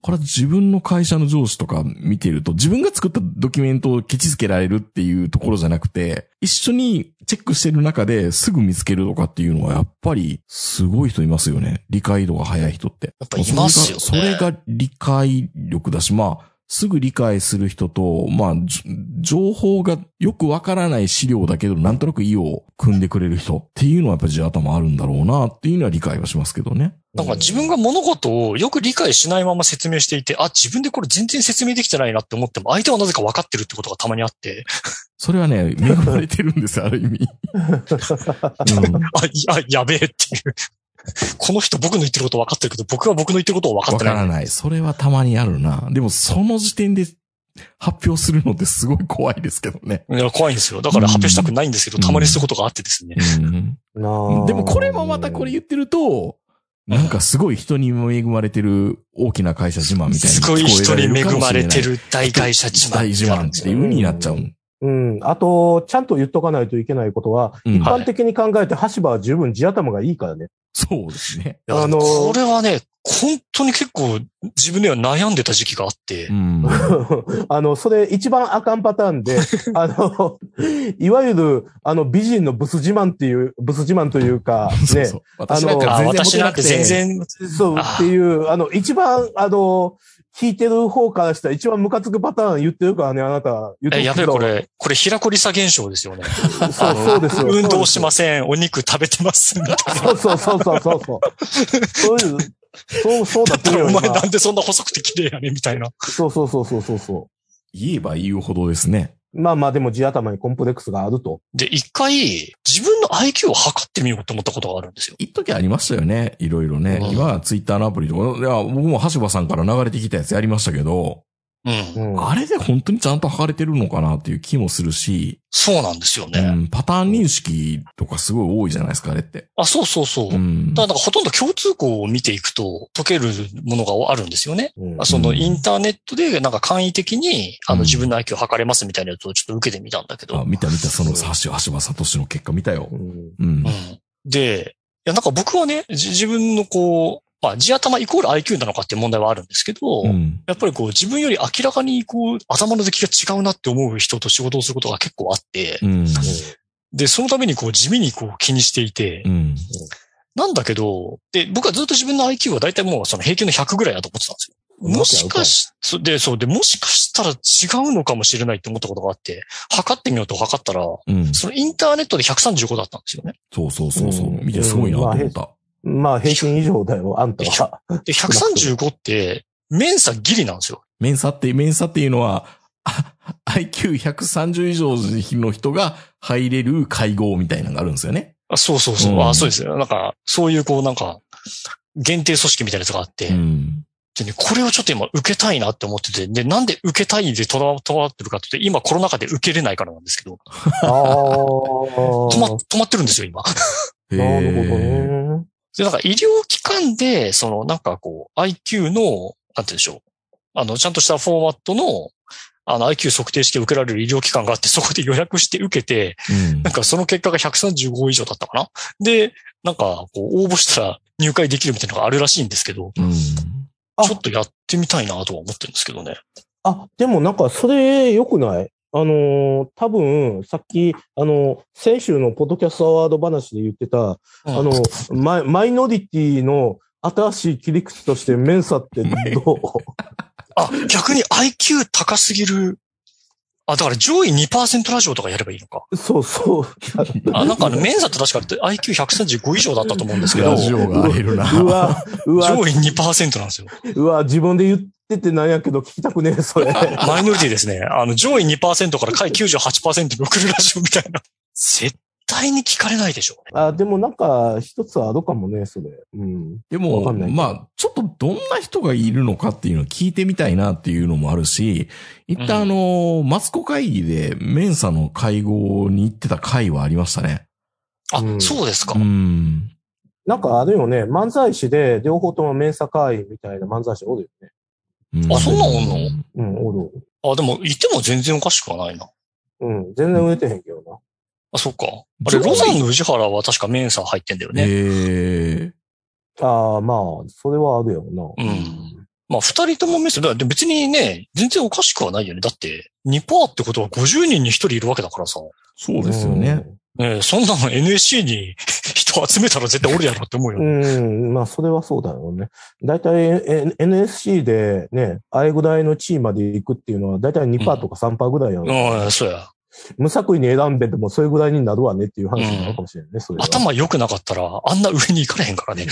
B: これは自分の会社の上司とか見てると、自分が作ったドキュメントをケチつけられるっていうところじゃなくて、一緒にチェックしてる中ですぐ見つけるとかっていうのはやっぱりすごい人いますよね。理解度が早い人って。
C: やっぱいますよね
B: それがそれが理解力だし、まあ、すぐ理解する人と、まあ、じ情報がよくわからない資料だけど、なんとなく意を組んでくれる人っていうのはやっぱり地頭あるんだろうなっていうのは理解はしますけどね。
C: なんか自分が物事をよく理解しないまま説明していて、あ、自分でこれ全然説明できてないなって思っても、相手はなぜか分かってるってことがたまにあって、
B: それは ね、恵まれてるんです、ある意味。うん
C: あ、い あ、やべえっていう。この人僕の言ってること分かってるけど、僕は僕の言ってることを分か
B: わ
C: って
B: か
C: ない。
B: らない。それはたまにあるな。でも、その時点で発表するのってすごい怖いですけどね。
C: いや、怖いんですよ。だから発表したくないんですけど、
B: うん
C: たまにすることがあってですね。
D: なあ
B: でも、これもまたこれ言ってると、
C: うん
B: なんかすごい人に恵まれてる大きな会社自慢みたいな。
C: すごい人に恵まれて。る大会社自慢。
B: 大自慢っていう風になっちゃう。
D: うん。あと、ちゃんと言っとかないといけないことは、
B: うん
D: 一般的に考えて、橋場は十分地頭がいいからね。
B: そうですね。
C: いや
D: あのー
C: これはね、本当に結構自分では悩んでた時期があって、
B: うん。
D: あの、それ一番あかんパター ンで、あの、いわゆる、あの、美人のブス自慢っていう、ブス自慢とい うか、
B: そう
D: ね
B: そ、う。私なんか全
C: あ
B: 然モ
C: 私
B: テ
C: なん
B: なく
C: て全
B: て。
C: 然、
D: そうっていう、あの、一番、あの、聞いてる方からしたら一番ムカつくパターン言ってるからね、あなた。言って
C: え
D: る
C: やべえ、
D: けど
C: こ。れ、これ、平こりさ現象ですよね。
D: そう、そうですよ。。
C: 運動しますせん、お肉食べてます、みたい
D: そうそうそうそうそうそう。そういう、そう、そうだって
C: な。 お
D: よ、今
C: 前なんでそんな細くて綺麗やねみたいな。
D: そうそうそうそうそうそう。
B: 言えば言うほどですね。
D: まあまあでも地頭にコンプレックスがあると。
C: で、一回、自分の IQ を測ってみようと思ったことがあるんですよ。
B: 一時ありましたよね。いろいろね
C: う。ん
B: 今はツイッターのアプリとか、いや、僕も橋場さんから流れてきたやつやりましたけど、
C: うん。
D: うん。
B: あれで本当にちゃんと測れてるのかなっていう気もするし、
C: そうなんですよね。
B: うん、パターン認識とかすごい多いじゃないですか、あれって。
C: あ、そうそうそう。
B: うん。
C: ただ、ほとんど共通項を見ていくと、解けるものがあるんですよね。
D: うん
C: まあその
B: うん
C: インターネットでなんか簡易的にあ
B: う
C: の
B: ん
C: 自分の IQ を測れますみたいなやつをちょっと受けてみたんだけど。
B: あ、見た見た、その橋橋場聡の結果見たよ
D: う。ん
B: うん
C: う。ん、で、いやなんか僕はね、じ自分のこう、まあ、地頭イコール IQ なのかっていう問題はあるんですけど、
B: うん。
C: やっぱりこう自分より明らかにこう頭の出来が違うなって思う人と仕事をすることが結構あって、
B: うん。
C: で、そのためにこう地味にこう気にしていて、
B: うん。
C: なんだけど、で、僕はずっと自分の IQ は大体もうその平均の100ぐらいだと思ってたんですよ。もしかし、そで、そうで、もしかしたら違うのかもしれないって思ったことがあって、測ってみようと測ったら、
B: うん。
C: そのインターネットで135だったんですよね。
B: そうそうそうそう。
D: うん
B: 見てすごいなと思った。
D: まあ平均以上だよ、あんたは。
C: で、135って、面差ギリなんですよ。
B: メンサって、メンサっていうのは、あ IQ130 以上の人が入れる会合みたいなのがあるんですよね。
C: あそうそうそう。
B: うん
C: あそうですよ。なんか、そういうこうなんか、限定組織みたいなやつがあって、
B: うん。
C: でね、これをちょっと今受けたいなって思ってて、で、なんで受けたいでとらわとらわってるかって言って、今コロナ禍で受けれないからなんですけど、
D: ああ。
C: 止ま、止まってるんですよ、今。
D: なるほど
B: へー。
D: ね。
C: で、なんか医療機関で、そのなんかこう、IQ の、なんて言うんでしょう。あの、ちゃんとしたフォーマットの、あの、IQ 測定して受けられる医療機関があって、そこで予約して受けて、
B: うん
C: なんかその結果が135以上だったかなで、なんか、こう、応募したら入会できるみたいなのがあるらしいんですけど、
B: うん。
D: あ
C: ちょっとやってみたいなとは思ってるんですけどね。
D: あ、でもなんかそれ良くないあのー、多分、さっき、あのー、先週のポッドキャストアワード話で言ってた、
C: あ
D: あの、マイマイノリティの新しい切り口としてメンサってどう
C: あ、逆に IQ 高すぎる。あ、だから上位2%ラジオとかやればいいのか。
D: そうそう。
C: あ、なんかあの、メンサって確か IQ135 以上だったと思うんですけど、
B: ラ
C: 上
B: ジオが入るな。
D: うわ、う わ、
C: 位2%なんですよ。
D: うわ、自分で言っててなんやけど聞きたくねえ、それ。
C: マイノリティですね。あの、上位2%から下位98%に送るラジオみたいな。絶対に聞かれないでしょ。
D: あ、でもなんか一つあるかもね、それ。うん。
B: で
D: わ
B: も、
D: かんない
B: まあ、ちょっとどんな人がいるのかっていうのを聞いてみたいなっていうのもあるし、一旦あのー、マツコ会議でメンサの会合に行ってた会はありましたね。
C: あ、
D: うん
C: そうです
B: う
C: か。
B: ん。
D: なんかあるよね、漫才師で両方ともメンサ会員みたいな漫才師おるよね。
B: う
C: あそんなんおんの
D: うん、おるおる。
C: あ、でも、いても全然おかしくはないな。
D: うん、全然売れてへんけどな。
C: あ、そっか。あれ、
B: 上位
C: ロザンの宇治原は確かメンサ入ってんだよね。
B: え
D: ああ、まあ、それはあるよな。
C: うんまあ、二人ともメンサ、だから別にね、全然おかしくはないよね。だって、2%ってことは50人に1人いるわけだからさ。
B: そうですよね。
C: ねえ、そんなの NSC に 人集めたら絶対おるやろって思うよ
D: う
C: ね。
D: ん。うん、まあ、それはそうだよね。大体、え NSC でね、あれぐらいの地位まで行くっていうのは、大体2%とか3%ぐらいやろ、
C: うん、そうや。
D: 無作為に選んでても、それぐらいになるわねっていう話になるかもしれないね、それは。
C: 頭良くなかったら、あんな上に行かれへんからね。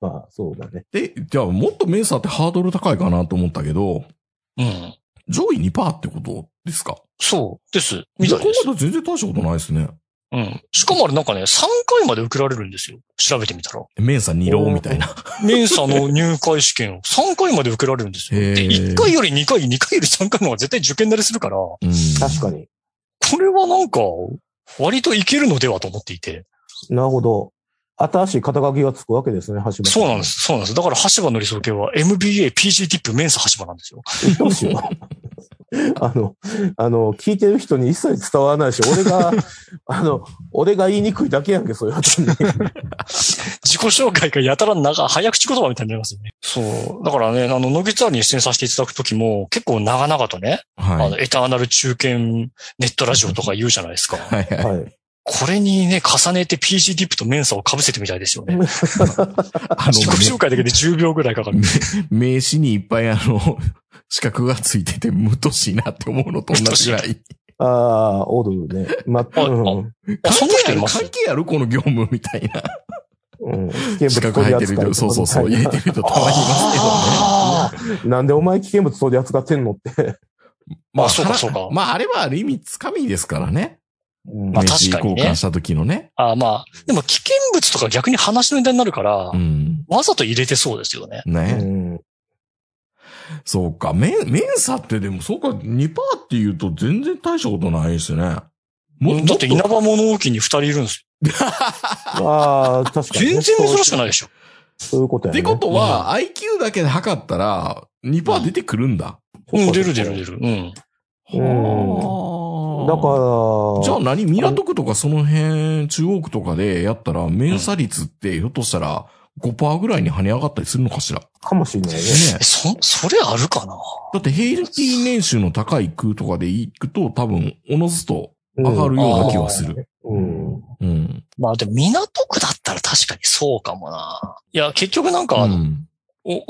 D: まあ、そうだね。
B: で、じゃあもっとメンサってハードル高いかなと思ったけど、
C: うん。
B: 上位2%ってことですか
C: そうです。みたいで
B: こ。
C: す
B: こまで全然大したことないですね。
C: うん。しかもあれなんかね、3回まで受けられるんですよ。調べてみたら。
B: メンサ2浪みたいな。
C: メンサの入会試験を3回まで受けられるんですよ。
B: へー
C: で、1回より2回、2回より3回の方が絶対受験慣れするから、こ
B: うん
D: 確かに。
C: れはなんか、割といけるのではと思っていて。
D: なるほど。新しい肩書きがつくわけですね、橋本
C: そうなんで。す。そうなんです。だから、橋場の理想系は MBA、PG ティップ、メンサ橋場なんですよ。
D: どうしよう。 あの、あの、聞いてる人に一切伝わらないし、俺が、 あの、俺が言いにくいだけやんけ、そういう話に。
C: 自己紹介がやたら長、早口言葉みたいになりますよね。そう。だからね、あの、野木ツアーに出演させていただくときも、結構長々とね、
B: は
C: あ
B: い
C: の、エターナル中堅ネットラジオとか言うじゃないですか。
B: はいはい。
D: はい。
C: これにね、重ねて PG ディップとメンサを被せてみたいです よね。
B: あ
C: 自己紹介だけで10秒ぐらいかかる。
B: 名刺にいっぱいあの、 四角がついてて、無としいなって思うのと同じぐらい。
D: ああ、おるね。ま、
C: あ
D: うん。
C: あ、そんな人います
B: 関係あるこの業務みたいな。
D: うん。危険
B: 四角
D: 物取
B: 入
D: り
B: ってる
D: 扱い
B: 人、
D: とか
B: そうそうそう、
D: は
B: 入
D: い
B: れてる人たまにいますけどね。
C: あー
D: なんでお前危険物取り扱ってんのって。
C: まあ、そうか、そう
B: か。
C: か。
B: まあ、あれはある意味、つかみですからね。
D: うん
C: まあ
B: 名刺
C: 確かに
B: 交
C: ね
B: 換した時のね。
C: あーまあ、でも危険物とか逆に話のネタになるから
B: う、ん。
C: わざと入れてそうですよね。
D: う
B: ね。
D: ん
B: そうか。メン、メンサってでも、そうか、2%って言うと全然大したことないですね。も
C: だって稲葉物置に2人いるんです
D: ああ、確か
C: よ。
D: にね。。
C: 全然珍しくないいでしょ。
D: そういうこと
B: っ
D: やね。
B: てことは、IQ だけで測ったら、2%出てくるんだ。
C: うん、出る出る出る。うん。
D: うん
B: はあ
D: だから、
B: じゃあ何港区とかその辺、中央区とかでやったら、面差率ってひょっとしたら5%ぐらいに跳ね上がったりするのかしら。ね
D: かもしれないね。
C: えそ、それあるかな
B: だって平均年収の高い空とかで行くと多分、おのずと上がるような気はする。
D: うん。
B: うん。
C: まあでも港区だったら確かにそうかもな。いや、結局なんか、
B: うん。
C: お、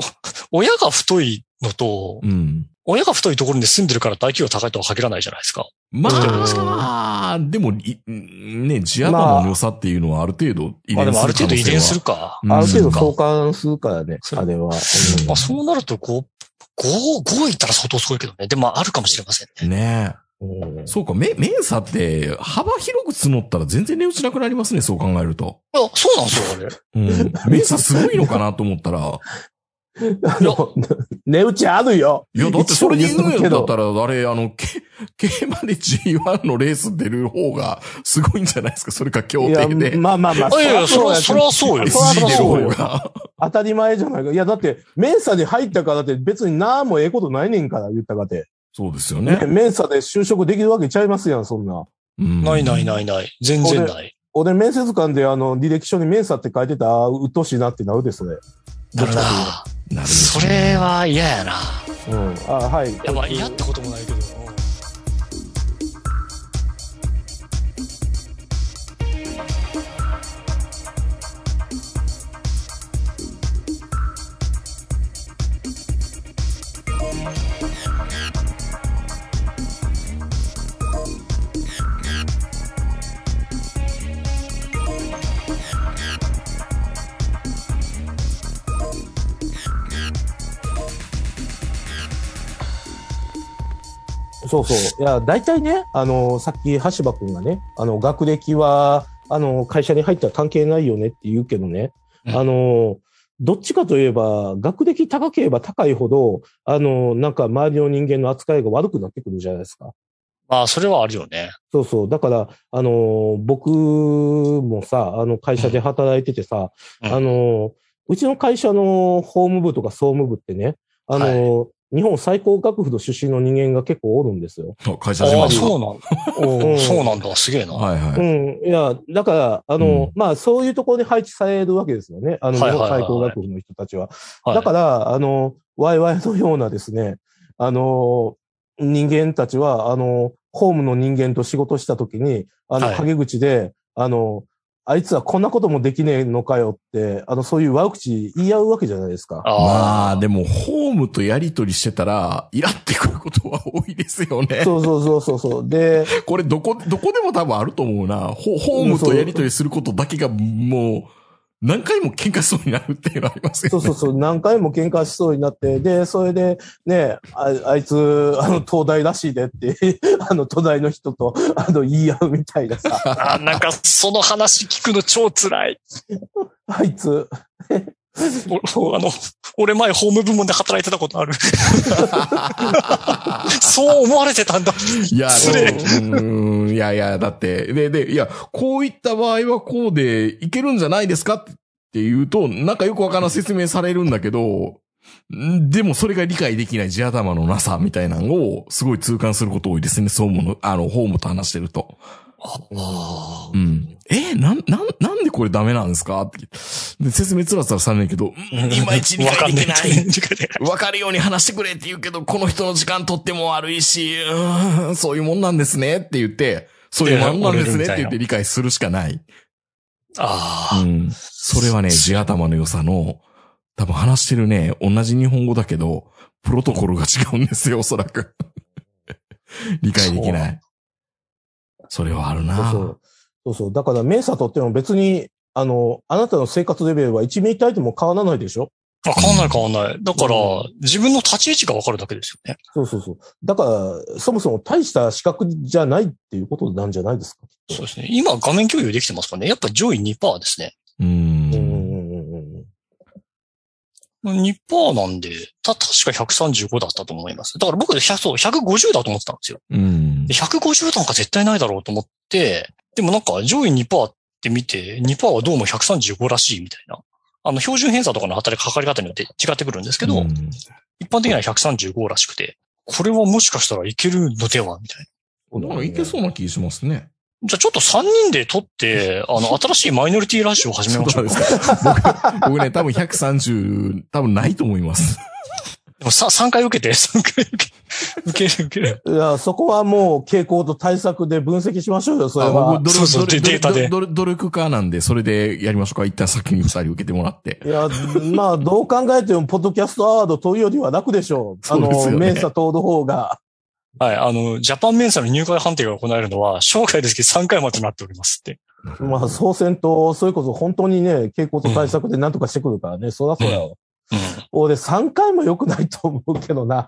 C: 親が太いのと、
B: うん。
C: 親が太いところに住んでるから大企業高いとは限らないじゃないですか。
B: ま
C: どうしてもですけど
B: あ、でも、いね、地頭の良さっていうのはある程度遺
C: まあで
B: 伝
C: もあ
B: する可
C: る程
B: 能
C: 度遺
B: 性
C: 伝す
B: は
C: る。か。
B: うん
D: ある程度
C: か
D: 相関するからね、
C: それ
D: あれは。うん
C: まあそうなると5、5、5いったら相当すごいけどね。でもまああるかもしれませんね。
B: ね
D: うん
B: え。そうか、め、面差って幅広く募ったら全然値打ちなくなりますね、そう考えると。
C: いや、そうなんですよ、
B: う
C: あれ。
B: ん。面差すごいのかなと思ったら、
D: あの、値打ちあるよ。
B: いや、だってそれで言うん
D: 一応言っとく
B: や
D: け
B: った
D: ど
B: ら、あれ、あの、け競馬で G1 のレース出る方がすごいんじゃないですか、それか協
D: いや
B: 定、で。
D: まあまあまあ。
C: あいやいや、それ
D: り
C: は、
D: ゃ
C: そ
D: そう
C: れはそうよ。
D: やそら
B: SG 出る
D: そう
B: 方
D: よ
B: が。
D: 当たり前じゃないか。いや、だって、メンサに入ったからだって別に何もええことないねんから、言ったかて。
B: そうですよ
D: ね、
B: ね。
D: メンサで就職できるわけちゃいますやん、そんな。
C: ないない
B: い。
C: ないない。全然ない。
D: 俺、面接官であの、履歴書にメンサって書いてたら、あー鬱陶しいなってなるで、それ。
C: なるな
B: なる
C: それは嫌やな。
D: うん。あーはい。
C: いや、まあ嫌ってこともないけど。
D: そうそう。いや、大体ね、あの、さっき橋場くんがね、あの、学歴は、あの、会社に入ったら関係ないよねって言うけどね、
C: うん
D: あの、どっちかといえば、学歴高ければ高いほど、あの、なんか周りの人間の扱いが悪くなってくるじゃないですか。
C: まあ、それはあるよね。
D: そうそう。だから、あの、僕もさ、あの、会社で働いててさ、
C: うん
D: あの、うちの会社の法務部とか総務部ってね、あの、日本最高学府の出身の人間が結構おるんですよ。
B: ほど。あ会社自
C: あ
B: 慢
C: あ、
B: だ
C: そうなん
D: う
C: お
D: ん
C: ーそうなんだ。すげえな。
B: はいは
D: うん。いや、だから、あの、
B: うん
D: まあ、そういうところに配置されるわけですよね。あの、日
C: はいはいは
D: 本
C: いはい
D: 最高学部の人たちは。
C: はい
D: だから、あの、ワイワイのようなですね、あの、人間たちは、あの、ホームの人間と仕事したときに、あの、
C: はい
D: 陰口で、あの、あいつはこんなこともできねえのかよって、あの、そういう悪口言い合うわけじゃないで すか。
B: い。ま
C: あ
B: あ、
C: あ、
B: でも、ホームとやりとりしてたら、イラってくることは多いですよね。
D: そうそうそうそうそう。で、
B: これ、どこ、どこでも多分あると思うな。ホホームとやりとりすることだけが、もう、何回も喧嘩しそうになるっていうのはありますよね。
D: そうそうそう、何回も喧嘩しそうになって、で、それで、ね、ああいつ、あの、東大らしいでって、 あの、東大の人と、あの、言い合うみたいなさ、
C: あーなんか、その話聞くの超辛い。
D: あいつ、
C: おあの、俺前法務部門で働いてたことある。そう思われてたんだ。
B: いや、
C: 失
B: で
C: 礼
B: もうーん、いやいや、だって、で、で、いや、こういった場合はこうでいけるんじゃないですかって言うと、なんかよくわからん説明されるんだけど、んでもそれが理解できない地頭のなさみたいなのを、すごい痛感すること多いですね、総務の、あの、ホームと話してると。うん。え、なん、なん、なんでこれダメなんですかってで説明つらつらされないけど、うんいまいち理
C: わか
B: 解
C: ん
B: で
C: ない
B: きない。
C: 理解できない
B: わかるように話してくれって言うけど、この人の時間とっても悪いし、うーんそういうもんなんですねって言って、そういうもんなんですねって言って理解するしかない。
C: あ
B: う
C: あ、
B: ん。それはね、地頭の良さの、多分話してるね、同じ日本語だけど、プロトコルが違うんですよ、おそらく。 理解できない。それはある
D: そう
B: な。
D: そう、そうそう、だから、メンサとっても別に、あの、あなたの生活レベルは1ミリ単位でも変わらないでしょ
C: あ変わんない変わんない。だから
D: う、
C: 自分の立ち位置がわかるだけですよね。
D: そうそうそう。だから、そもそも大した資格じゃないっていうことなんじゃないですか。
C: そうですね。今画面共有できてますかねやっぱ上位2%ですね。
B: う。
D: うんんうんうんうん。
C: 2%なんで、た、確か135だったと思います。だから僕、100そう150だと思ってたんですよ。
B: うん
C: で。150なんか絶対ないだろうと思って、でもなんか上位2%って見て、2%はどうも135らしいみたいな。あの、標準偏差とかの働きかかり方によって違ってくるんですけど、
B: うん
C: 一般的には135らしくて、これはもしかしたらいけるのではみたいな。
B: なんかいけそう
D: う
B: な気しますね。
C: じゃあちょっと3人で撮って、あの、新しいマイノリティラジオを始めましょうか。
B: すか僕、僕ね、多分130、多分ないと思います。
C: でもさ3回受けて、3回受け、受ける受ける。
D: いや、そこはもう傾向と対策で分析しましょうよ、それ
B: あ
D: は
B: 僕。努
C: そうそう
B: 力、
C: データ
B: 努
C: で
B: 力、努力努力家なんで、それでやりましょうか。一旦先に二人受けてもらって。
D: いや、まあ、どう考えても、ポッドキャストアワード取るよりは楽でしょう。あ
B: そうですよ
D: の、
B: ね
D: メンサ通る方が。
C: はい、あの、ジャパンメンサの入会判定が行われるのは、生涯ですけど3回までとなっておりますって。
D: まあ、総選と、それこそ本当にね、傾向と対策で何とかしてくるからね、そらそらよ。
C: う
D: 俺、3回も良くないと思うけどな。
C: ん。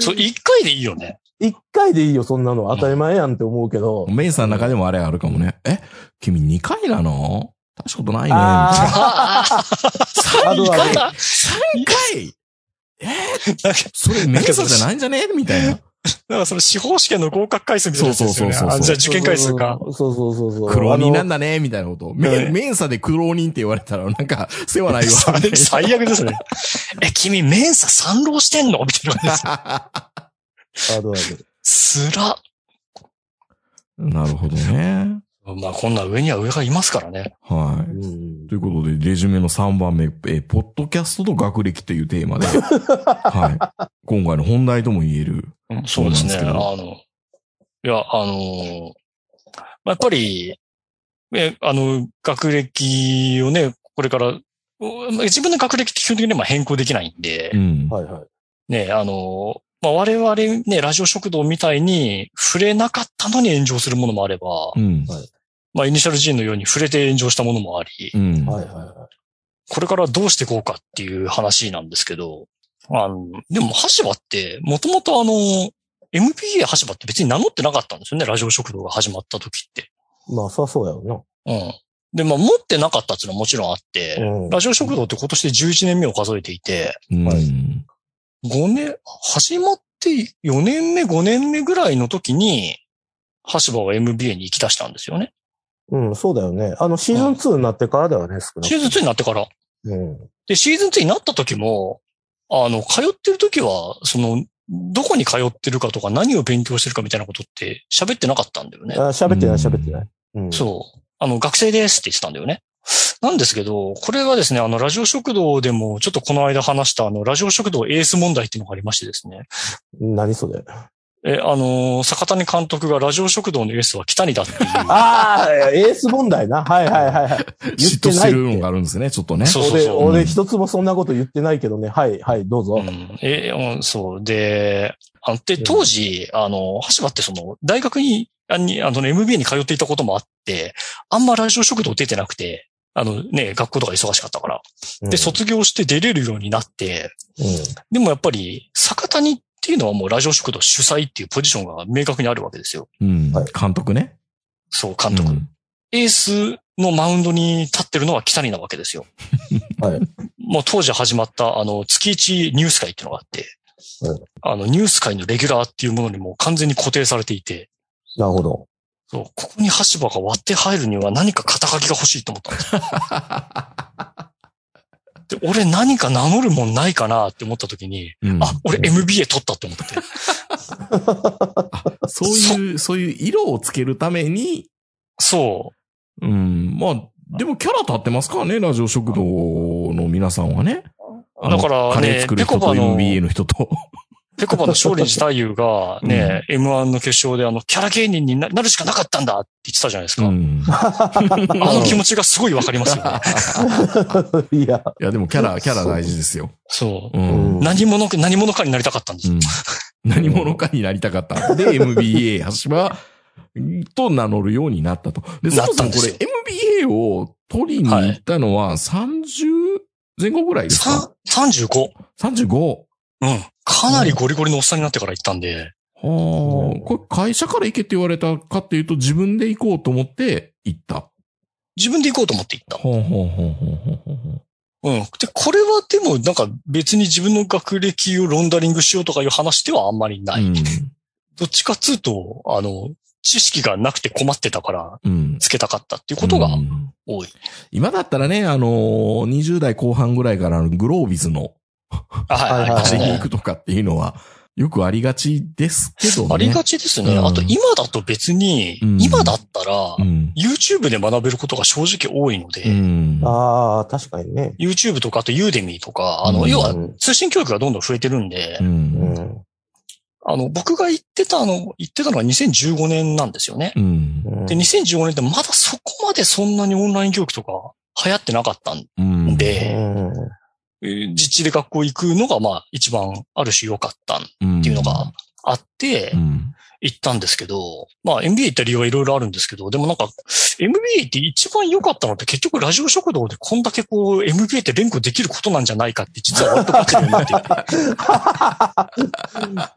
C: そう、1回でいいよね。
D: 1回でいいよ、そんなの。当たり前やんって思うけど。
B: メイさんの中でもあれあるかもね。え君2回なの大したことないね。みたいな
D: ああ、ある
C: 一
D: あ
C: 回
D: る。
C: だ
B: 2回
C: なんか
B: それメイさんじゃないんじゃねみたいな。
C: なんかその司法試験の合格回数みたいなやつですよね。
B: そうそうそうそう
C: あ じゃあ受験回数か。。
D: そうそうそうそう。
B: 苦労人な
D: あ
B: ん
D: の
B: だね、みたいなこと。
C: は
B: メ
C: い
B: ンメンサで苦労人って言われたら、なんか、世話ないわ。
C: 最最悪ですね。え、君、メンサ三浪してんのみたいな感じ
D: あるある。
C: です。つら。
B: なるほどね。
C: まあ、こんな上には上がいますからね。
B: は
D: う
B: い。
D: ん
B: ということで、レジュメの3番目、えーポッドキャストと学歴というテーマで、はい。今回の本題とも言える。
C: うんそうですね。
B: そうなんです
C: あ
B: けど
C: の、いや、あのーまあやっぱり、え、あの、学歴をね、これから、うん自分の学歴って基本的にまあ変更できないんで、
B: うん。
D: はいはい。
C: ね、あの、まあ、我々ね、ラジオ食堂みたいに触れなかったのに炎上するものもあれば、
B: うん。
C: まあ、イニシャル G のように触れて炎上したものもあり、
B: うん。
D: はいはいは
C: これからどうしていこうかっていう話なんですけど、あの、でも、橋場って、もともとあの、MPA 橋場って別に名乗ってなかったんですよね、ラジオ食堂が始まった時って。
D: い。まあ、そらそうやろ
C: うん。で、まあ、持ってなかったっていうのはもちろんあって、
D: な。うん
C: ラジオ食堂って今年で11年目を数えていて、
B: うん
D: はい
C: 5年、始まって4年目、5年目ぐらいの時に、橋場は MBA に行き出したんですよね。
D: うん、そうだよね。あの、シーズン2になってからだよね、少なく
C: 手術になってから。
D: うん。
C: で、シーズン2になった時も、あの、通ってる時は、その、どこに通ってるかとか何を勉強してるかみたいなことって喋ってなかったんだよね。
D: あ喋ってない、喋ってない。うん。
C: そう。あの、学生ですって言ってたんだよね。なんですけど、これはですね、あの、ラジオ食堂でも、ちょっとこの間話した、あの、ラジオ食堂エース問題っていうのがありましてですね。
D: 何それ。
C: え、あの、坂谷監督がラジオ食堂のエースは北にだって いう。
D: ああ、エース問題な。はいはいはいはい。言
B: 嫉
D: って
B: 妬し
D: ない
B: て
D: って
B: るのがあるんですね、ちょっとね。
C: そうそう
D: 俺、
C: そう。
D: 俺一つもそんなこと言ってないけどね。はいはい、どうぞ。
C: うん、え、うん、そう。で、あで、当時、あの、橋場ってその、大学に、あにあの、MBA に通っていたこともあって、あんまラジオ食堂出てなくて、あのね、学校とか忙しかったから。
D: うん
C: で、卒業して出れるようになって、でもやっぱり、坂谷っていうのはもうラジオ食堂主催っていうポジションが明確にあるわけですよ。
B: うん
D: はい。
B: 監督ね。
C: そう、監督。
B: うん
C: エースのマウンドに立ってるのは北になわ けですよ。
D: はい
C: もう当時始まった、あの、月一ニュース会っていうのがあって、
D: はい
C: あの、ニュース会のレギュラーっていうものにもう完全に固定されていて、
D: なるほど。
C: そう、ここに橋場が割って入るには何か肩書きが欲しいと思ったん ですよ。で、俺何か名乗るもんないかなって思った時に、
B: うん
C: あ、俺 MBA 取ったって思って。
B: そういう、そういう色をつけるために、
C: そ
B: うん、まあ、でもキャラ立ってますからね、ラジオ食堂の皆さんはね。あの
C: だからね
B: カレー作る人
C: ぺことぱの
B: MBA の人と。
C: う、ペコバの勝利自太夫がね、M1 の決勝であの、キャラ芸人にななるしかなかったんだって言ってたじゃないですか。
B: うん。
C: あの気持ちがすごいわかりますよね。
D: いや、
B: いや、でもキャラ、キャラ大事ですよ。。
C: そう
D: うん
C: う。何者か、何者かになりたかったんです
B: う。ん何者かになりたか った。で、MBA、橋場と名乗るよううになったと。で、そ
C: なっ
B: もそ
C: た
B: も
C: んで
B: こ
C: す
B: れ
C: よ
B: MBA を取りに行ったのは30前後ぐらいですか
C: さ35。
B: ?35。
C: うん。かなりゴリゴリのおっさんになってから行ったんで、
B: はあ、これ会社から行けって言われたかっていうと自分で行こうと思って行った。
C: 自分で行こうと思って行った。
B: ほうほうほうほうほうほうほう。
C: うん。で、これはでもなんか別に自分の学歴をロンダリングしようとかいう話ではあんまりない。
B: うん。
C: どっちかっつうと、あの、知識がなくて困ってたから、
B: うん。
C: つけたかったっていうことが
B: うん
C: 多い。
B: 今だったらね、あのー、20代後半ぐらいからあのグロービズの
C: あはいはいはいい
D: は
B: 走り
C: は
B: に行
C: い。
B: くとかっていうのは、よくありがちですけどね。
C: ありがちですね。
B: うん
C: あと今だと別に、
B: うん
C: 今だったら
B: う、ん。
C: YouTube で学べることが正直多いので、
B: うん。
D: ああ、確かにね。
C: YouTube とかあと Udemy とか、あの、
B: うん
C: 要
D: う
C: は
D: ん
C: 通信教育がどんどん増えてるんで、
B: うん。
D: う
C: あの、僕が言ってたの、言ってたのは2015年なんですよね。
B: うん。
D: ん。
C: で、2015年ってまだそこまでそんなにオンライン教育とか流行ってなかったん
B: うん。
C: で、
D: うん
C: えー実地で学校行くのがまあ一番ある種良かったっ
B: うん、って
C: いうのが、あって
B: うん。
C: 行ったんですけど、まあ MBA 行った理由はいろいろあるんですけど、でもなんか MBA って一番良かったのって結局ラジオ食堂でこんだけこう MBA って連呼できることなんじゃないかって実は割と勝手に思 っていて
D: あ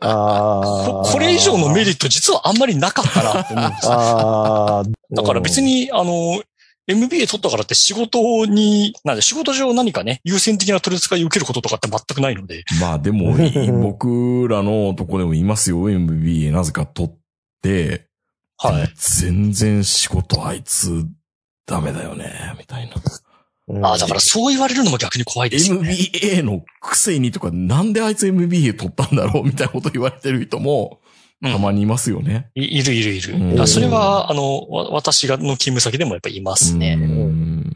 C: こ
D: あ。
C: これ以上のメリット実はあんまりなかったなって思うんですよ
D: ああ。
C: だから別に、あの、MBA 取ったからって仕事に、なんで仕事上何かね、優先的な取り扱いを受けることとかって全くないので。
B: まあで も、い僕らのとこでもいますよ。MBA なぜか取って、
C: はい。。
B: 全然仕事あいつ、ダメだよね、みたいな。
D: うん。
C: ああ、だからそう言われるのも逆に怖いですよね。
B: MBA のくせにとか、なんであいつ MBA 取ったんだろうみたいなこと言われてる人も、たまにいますよね。
C: いいるいるい
B: うん
C: る。あそれは、あの、わ私がの勤務先でもやっぱいますね。
B: うん。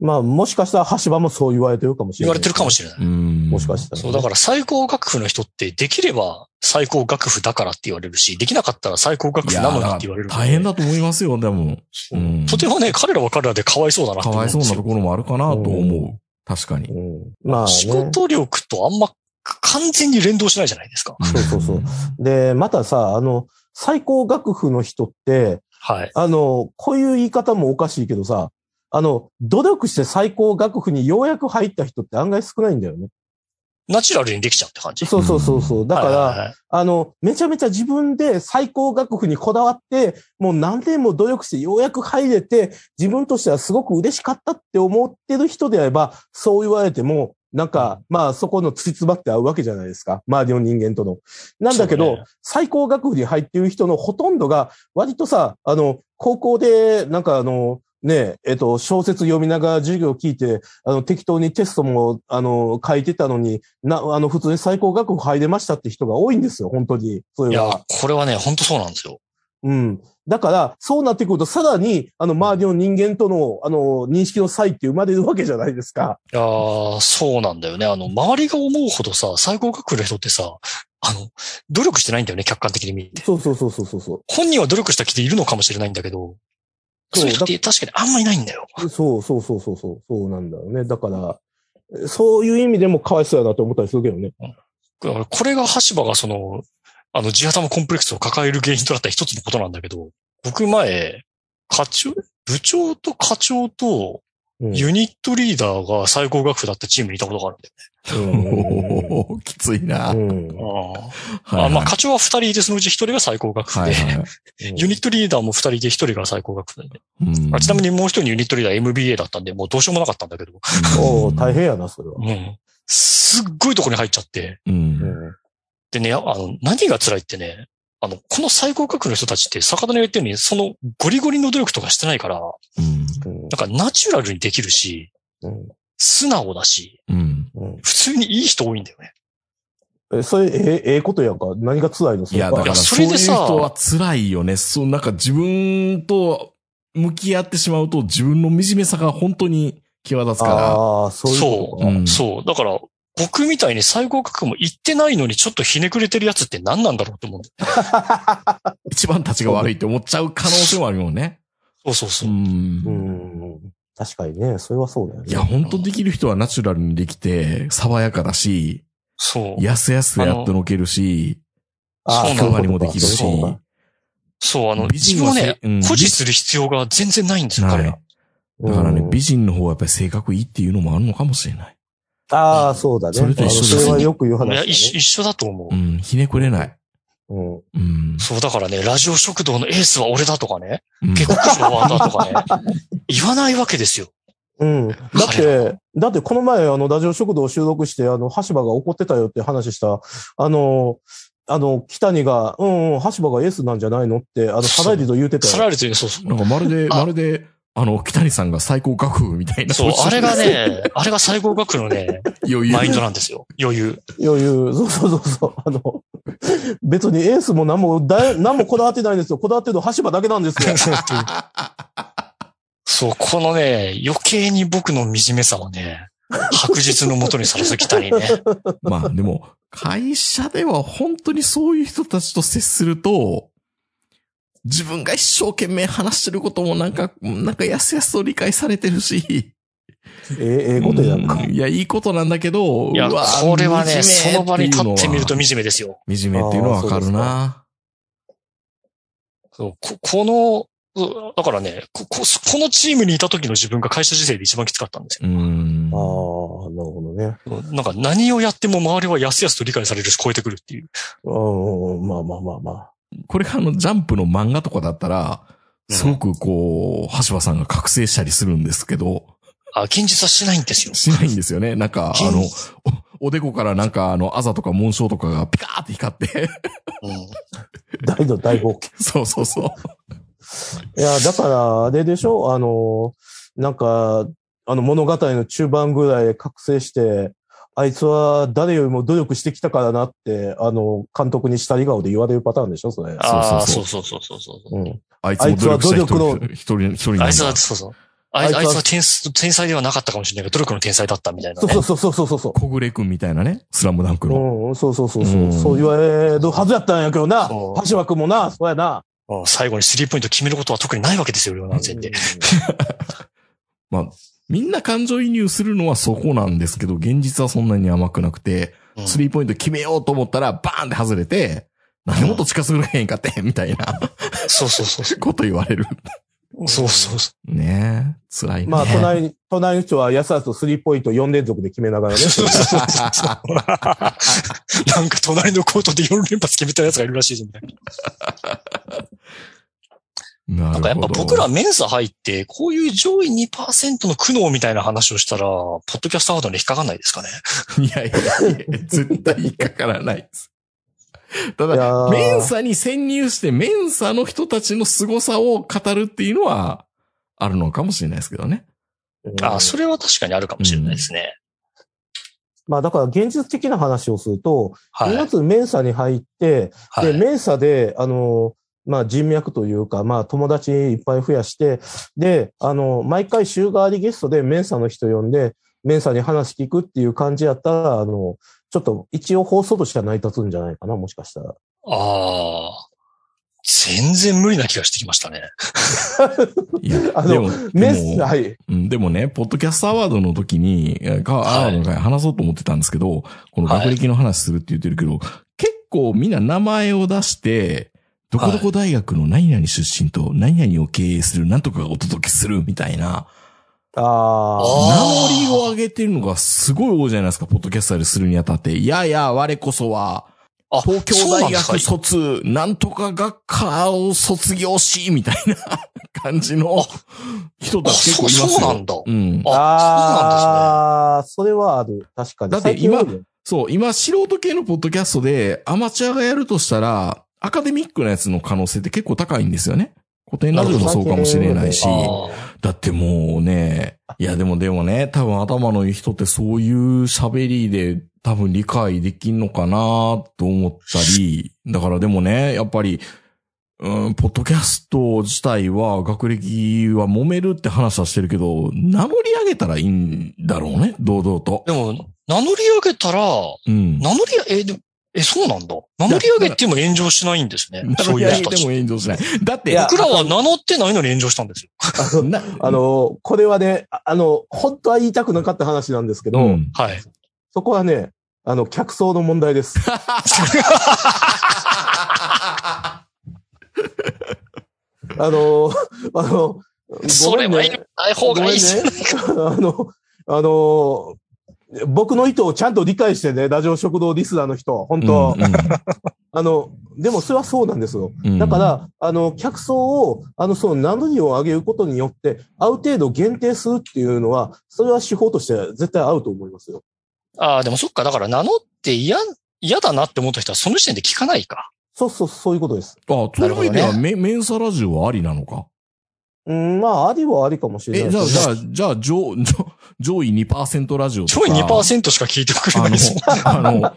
D: まあ、もしかしたら橋場もそう言われてるかもしれ
C: 言
D: な
C: わ
D: い。
C: れてるかもしれない。
B: うん
D: もしかしたら。
C: そう、だから最高学府の人って、できれば最高学府だからって言われるし、できなかったら最高学
B: い
C: 府
B: や
C: なのにって言われるので
B: 大変だと思いますよ、でも。うん
C: とてもね、彼らは彼らでかわいそうだなっ
B: か
C: て思う
B: わ
C: ん
B: い
C: です
B: そうな
C: よ。
B: ところもあるかなと思う。確かに。
D: うん。まあ、ね。
C: 仕事力とあんま完全に連動しないじゃないですか。
D: そうそうそう。で、またさ、あの、最高学府の人って、
C: はい。
D: あの、こういう言い方もおかしいけどさ、あの、努力して最高学府にようやく入った人って案外少ないんだよね。
C: ナチュラルにできちゃうって感じ。
D: そうそうそうそう。だから、あの、めちゃめちゃ自分で最高学府にこだわって、もう何年も努力してようやく入れて、自分としてはすごく嬉しかったって思ってる人であれば、そう言われても、なんか、まあそこのつつばって合うわけじゃないですか。周りの人間との。なんだけ
C: そ
D: ど、
C: うね
D: 最高学府に入っている人のほとんどが、割とさ、あの、高校で、なんかあの、ねえ、えっと、小説読みながら授業聞いて、あの、適当にテストも、あの、書いてたのに、な、あの、普通に最高学府入れましたって人が多いんですよ、本当に。そ
C: い
D: れ
C: や
D: は。、
C: これはね、本当そうなんですよ。
D: うん。だから、そうなってくると、さらに、あの、周りの人間との、あの、認識の差異って生まれるわけじゃないで すか。
C: いやーそうなんだよね。あの、周りが思うほどさ、最高学歴の人ってさ、あの、努力してないんだよね、客観的に見て。
D: そうそうそうそうそうそ
C: 本人は努力した気でいるのかもしれないんだけど、
D: そう
C: そういう人って確かにあんまいないんだよ。
D: う。そうそうそうそうそう。そうなんだよね。だから、そういう意味でもかわいそうやなと思ったりするけど ね。
C: だからこれが橋場がその、あの、地頭コンプレックスを抱える原因となった一つのことなんだけど、僕前、課長、部長と課長と
D: うん
C: ユニットリーダーが最高学府だったチームにいたことがあるんだよ
D: うん
B: おー きついな。
D: うん
C: ね。
B: はいはい
C: あまあ、課長は二人で、そのうち一人が最高学府で、
B: はいはい
C: ユニットリーダーも二人で一人が最高学府で、
B: うん
C: あちなみにもう一人のユニットリーダー MBA だったんで、もうどうしようもなかったんだけど、
D: おお大変やな、それは。
C: うん。すっごいとこに入っちゃって、
B: うん。
C: でね、あの、何が辛いってね、あの、この最高学府の人たちって、坂田の言ってるように、そのゴリゴリの努力とかしてないから、
B: うん。
D: う
C: なん
D: ん
C: かナチュラルにできるし、
D: うん
C: 素直だし、
B: うん。
D: うん
C: 普通にいい人多いんだよね。
D: え、それ、え、ええことやんか。何が辛いのそ
B: い
D: れ
B: や、だから、
C: いや
B: そ
C: そう
B: い
C: れ
B: う
C: でさ
B: 人は辛いよね。そう、なんか自分と向き合ってしまうと、自分の惨めさが本当に際立つか
D: ああ、そういうこと
B: ら。
D: か。
B: ん
C: そう。だから、僕みたいに最高学府も行ってないのにちょっとひねくれてるやつって何なんだろうと思うんだよ
B: 一番立ちが悪いって思っちゃう可能性もあるよね。。
C: そうそうそうう。
D: うんん。確かにね、それはそうだよね。
B: いや、本当できる人はナチュラルにできて、爽やかだし、
C: そう。
B: やすやすやってのけるし、
D: あー、
C: そうな
B: 関
C: の
B: わりもできるし
D: そういうことか。
C: そう、あの、
B: 美
C: 自
B: 人
C: 分
B: は
C: をね、
B: うん
C: 誇示する必要が全然ないんですよ、
B: ない
C: 彼ら。
B: だからね
D: う、ん
B: 美人の方はやっぱり性格いいっていうのもあるのかもしれない。
D: ああ、そうだね。
B: それと一緒です
D: あのそれはよく言う
C: いや
D: 話だ
C: 一緒
D: ね。
C: 一緒だと思う
B: う。ん、ひねくれない。
D: うん
B: うん。
C: そう、だからね、ラジオ食堂のエースは俺だとかね、
B: うん
C: 下克上はあんだとか ね、言わないわけですよ。
D: うん。だって、だってこの前、あの、ラジオ食堂を収録して、あの、橋場が怒ってたよって話した、あの、あの、北にが、うんうん、橋場がエースなんじゃないのって、あの、サ
C: そう
D: ラリと言うてたよ。
C: サラリという、そうそう。
B: なんかまるで、
C: あ
B: まるで、あの、北谷さんが最高学府みたいな。
C: そう、あれがね、あれが最高学のね、
B: 余裕。
C: マインドなんですよ。余裕。
D: 余裕、そうそうそうそう、あの、別にエースも何も、だ何もこだわってないんですよ。こだわってるのは橋場だけなんですよ。
C: そう、このね、余計に僕の惨めさをね、白日のもとにさらす北 にね。
B: まあでも、会社では本当にそういう人たちと接すると、自分が一生懸命話してることもなんか、なんかやすやすと理解されてるし。
D: ええ、ええことやんか。
B: うんいや、いいことなんだけど、
C: いや、
B: うわ
C: これは
B: 惨
C: ね、そ
B: め
C: の場に立ってみると
B: って
C: 惨めですよ。
B: いうのは惨めっていうのはわかるな。
C: そう、こ、この、うだからね、こ、こ、そこのチームにいた時の自分が会社時代で一番きつかったんです
B: うーん
D: ああ、なる。ほどね。
C: よ。なんか何をやっても周りはやすやすと理解されるし超えてくるっていう。
D: うんうんうん、まあまあまあまあ。
B: これがあの、ジャンプの漫画とかだったら、
C: うん
B: すごくこう、橋場さんが覚醒したりするんですけど、
C: あ、現実はしないんですよ。
B: しないんですよ ね。なんか、あの、おおでこからなんかあの、あざとか紋章とかがピカーって光って。
C: うん。
D: 大の大冒険。
B: そうそうそう。
D: いや、だから、あれでしょあの、なんか、あの物語の中盤ぐらい覚醒して、あいつは誰よりも努力してきたからなって、あの、監督に下り顔で言われるパターンでしょそれ。
C: ああ、
B: そ
C: そううそうそうそうそう
D: う
C: そ
D: ん。
B: あいつも努力した人一人、一人
C: う。
B: なんだ
C: あいつは、そうそう。あいつ
D: あ
C: あ
D: い
C: い
D: つは
C: つは天才天才ではなかったかもしれないけど、努力の天才だったみたいなね。
D: そうそうそうそうそうそう。
B: 小暮くんみたいなね、スラムダンクの。
D: うん、そうそうそう
B: う
D: そ
B: ん
D: う。そう言われるはずやったんやけどな
C: そ。う
D: 橋場君もな、そうやな。
C: うん最後にスリーポイント決めることは特にないわけですよ、両南戦で。
B: まあ、みんな感情移入するのはそこなんですけど、現実はそんなに甘くなくて、
C: うん
B: スリーポイント決めようと思ったら、バーンって外れて、なんでもっと近づけへんかって、みたいな
C: そうそうそうそ
B: こと言われる。
C: う。そうそうそ
B: ねえ、辛いね。
D: まあ、隣に、隣の人は安々とスリーポイント4連続で決めながらね。
C: う。 そうそうそうなんか隣のコートで4連発決めたやつがいるらしいじゃん。
B: なるほど
C: なんかやっぱ僕ら、メンサ入って、こういう上位2%の苦悩みたいな話をしたら、ポッドキャストアワードに引っかかんないですかね。
B: いやいやいや、絶対引っかからないです。た
D: いや
B: だ、
D: ー
B: メンサに潜入して、メンサの人たちの凄さを語るっていうのは、あるのかもしれないですけどね。
D: うん
C: ああ、それは確かにあるかもしれないですね。
D: まあ、だから現実的な話をすると、
C: はい。
D: まずメンサに入って、
C: はい。
D: で、メンサで、あの、まあ人脈というか、まあ友達いっぱい増やして、で、あの、毎回週替わりゲストでメンサの人呼んで、メンサに話聞くっていう感じやったら、あの、ちょっと一応放送としては成り立つんじゃないかな、もしかしたら。
C: ああ。全然無理な気がしてきましたね。
B: いや、
D: あの
B: でも、
D: メ
B: で
D: ン
B: も
D: サ、はい。
B: うんでもね、ポッドキャストアワードの時に、えがア
C: はい
B: ワードの会話そうと思ってたんですけど、この学歴の話するって言ってるけど、結構みんな名前を出して、どこどこ大学の何々出身と何々を経営するなんとかがお届けするみたいな、
D: あ
B: 名
D: あ、
C: あ
B: 乗りを上げてるのがすごい多いじゃないですか、ポッドキャスターでするにあたって。いやいや、我こそは、
C: あ
B: 東京大
C: そうな
B: 学
C: んですか
B: 卒、なんとか学科を卒業し、みたいな感じの人た
C: あ
B: ち結構い
C: そ
B: ま
C: う
B: すよ。
C: そうなんだ。
B: うん。
C: あ、
D: ああ、それはある。確かに。
B: だって
D: 最近多い
B: 今
D: ね
B: そう、今、素人系のポッドキャストで、アマチュアがやるとしたら、アカデミックなやつの可能性って結構高いんですよね。古典ラジオもそうかもしれないし
C: そう
D: な
C: なんん
D: だ
C: ですね。
B: だってもうね、いやでもでもね、多分頭のいい人ってそういう喋りで多分理解できんのかなと思ったり、だからでもね、やっぱり、うん、ポッドキャスト自体は学歴は揉めるって話はしてるけど、名乗り上げたらいいんだろうね、堂々と。
C: でも、名乗り上げたら、
B: うん。
C: 名乗り、え、でもえ、そうなんだ。名乗り上げても炎上しないんですね。
B: 名
C: そ
B: 乗
C: う
B: り
C: いう
B: 上
C: 人
B: げ
C: た
B: て
C: ち
B: も。炎上しない。だって、
D: いや
C: 僕らは名乗ってないのに炎上したんですよ。
B: な
D: あ、の、これはね、ああの、本当は言いたくなかった話なんですけど、
B: うん。
C: はい。
D: そこはね、あの、客層の問 題です。あの、あの、
C: それは言わない方がいいっすよ
D: ごめんねあの、あの、僕の意図をちゃんと理解してね、ラジオ食堂リスナーの人、本当、あの、でもそれはそうなんですよ。
B: うん
D: だか、ら、あの、客層を、あの、その名乗りを上げることによって、ある程度限定するっていうのは、それは手法として絶対合うと思いますよ。
C: ああ、でもそっか、だから名乗って嫌、嫌だなって思った人はその時点で聞かないか。
D: そうそう、そういうことです。
B: あ、そういう意味では、メメンサラジオはありなのか。
D: うん、まあ、ありはありかもしれな
B: え、
D: い
B: じゃあ、
D: です
B: じ
D: ね。
B: ゃあ、じゃあ、上、 上上位2%ラジオ
C: ち
B: と
C: ょ
B: か。
C: い2%しか聞いてくれないですもん。
B: あの、 あの、が、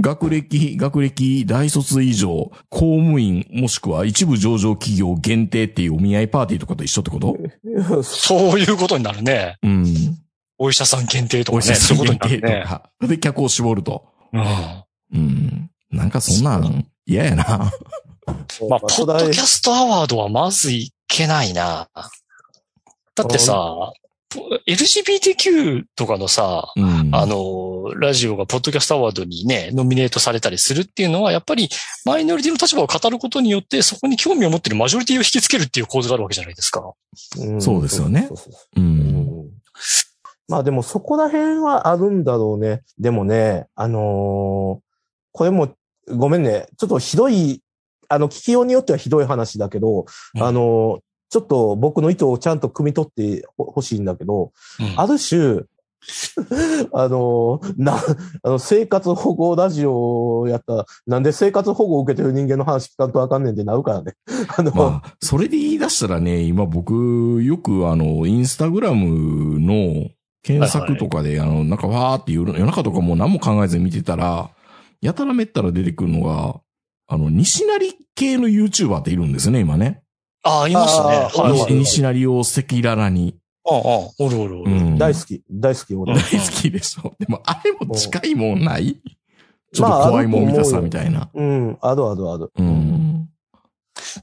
B: 学歴、学歴、大卒以上、公務員、もしくは一部上場企業限定っていうお見合いパーティーとかと一緒ってこと
C: そういうことになるね。
B: うん。
C: お医者さん限定とか
B: お
C: ね、
B: 医者
C: そ
B: さ
C: うんいうこと
B: 限
C: にな
B: 定と
C: るね。
B: か。で、客を絞ると。
C: う
B: う
C: ん。
B: ん。なんかそんなん、嫌やな。
C: まあ、ポッドキャストアワードはまずいけないな。だってさ、LGBTQ とかのさ、
B: うん。
C: あの、ラジオがポッドキャストアワードにね、ノミネートされたりするっていうのは、やっぱりマイノリティの立場を語ることによって、そこに興味を持ってるマジョリティを引きつけるっていう構図があるわけじゃないですか。
D: ん
B: そうですよね
D: そうそうそう
B: う。
D: うんんまあでもそこら辺はあるんだろうね。でもね、あのーこれも、ごめんね、ちょっとひどい、あの、聞きようによってはひどい話だけど、
C: うん
D: あのーちょっと僕の意図をちゃんと汲み取ってほほしいんだけど、
C: うん
D: ある種、 あのーな、あの、生活保護ラジオやったら、なんで生活保護を受けてる人間の話聞かんとあかんねんってなるからね。あの、
B: まあ、それで言い出したらね、今僕、よくあの、インスタグラムの検索とかで、あの、なんかわーって夜夜中とかもう何も考えずに見てたら、やたらめったら出てくるのが、あの、西成系の YouTuber っているんですね、今ね。
C: ああ、いましたね。
D: あー
C: はい
D: おる
C: は
D: わ
C: い。
B: 西成を赤裸々に。
C: うんうん。おるおるお
B: う
C: る。
B: ん
D: 大好き、大好き、俺
C: うん
B: 大好きでしょ。でも、あれも近いもんないちょっと
D: まあ
B: 怖いもん見たさ
D: ある
B: み
D: と
B: たいな。
D: うん、あるあるある。
B: うん。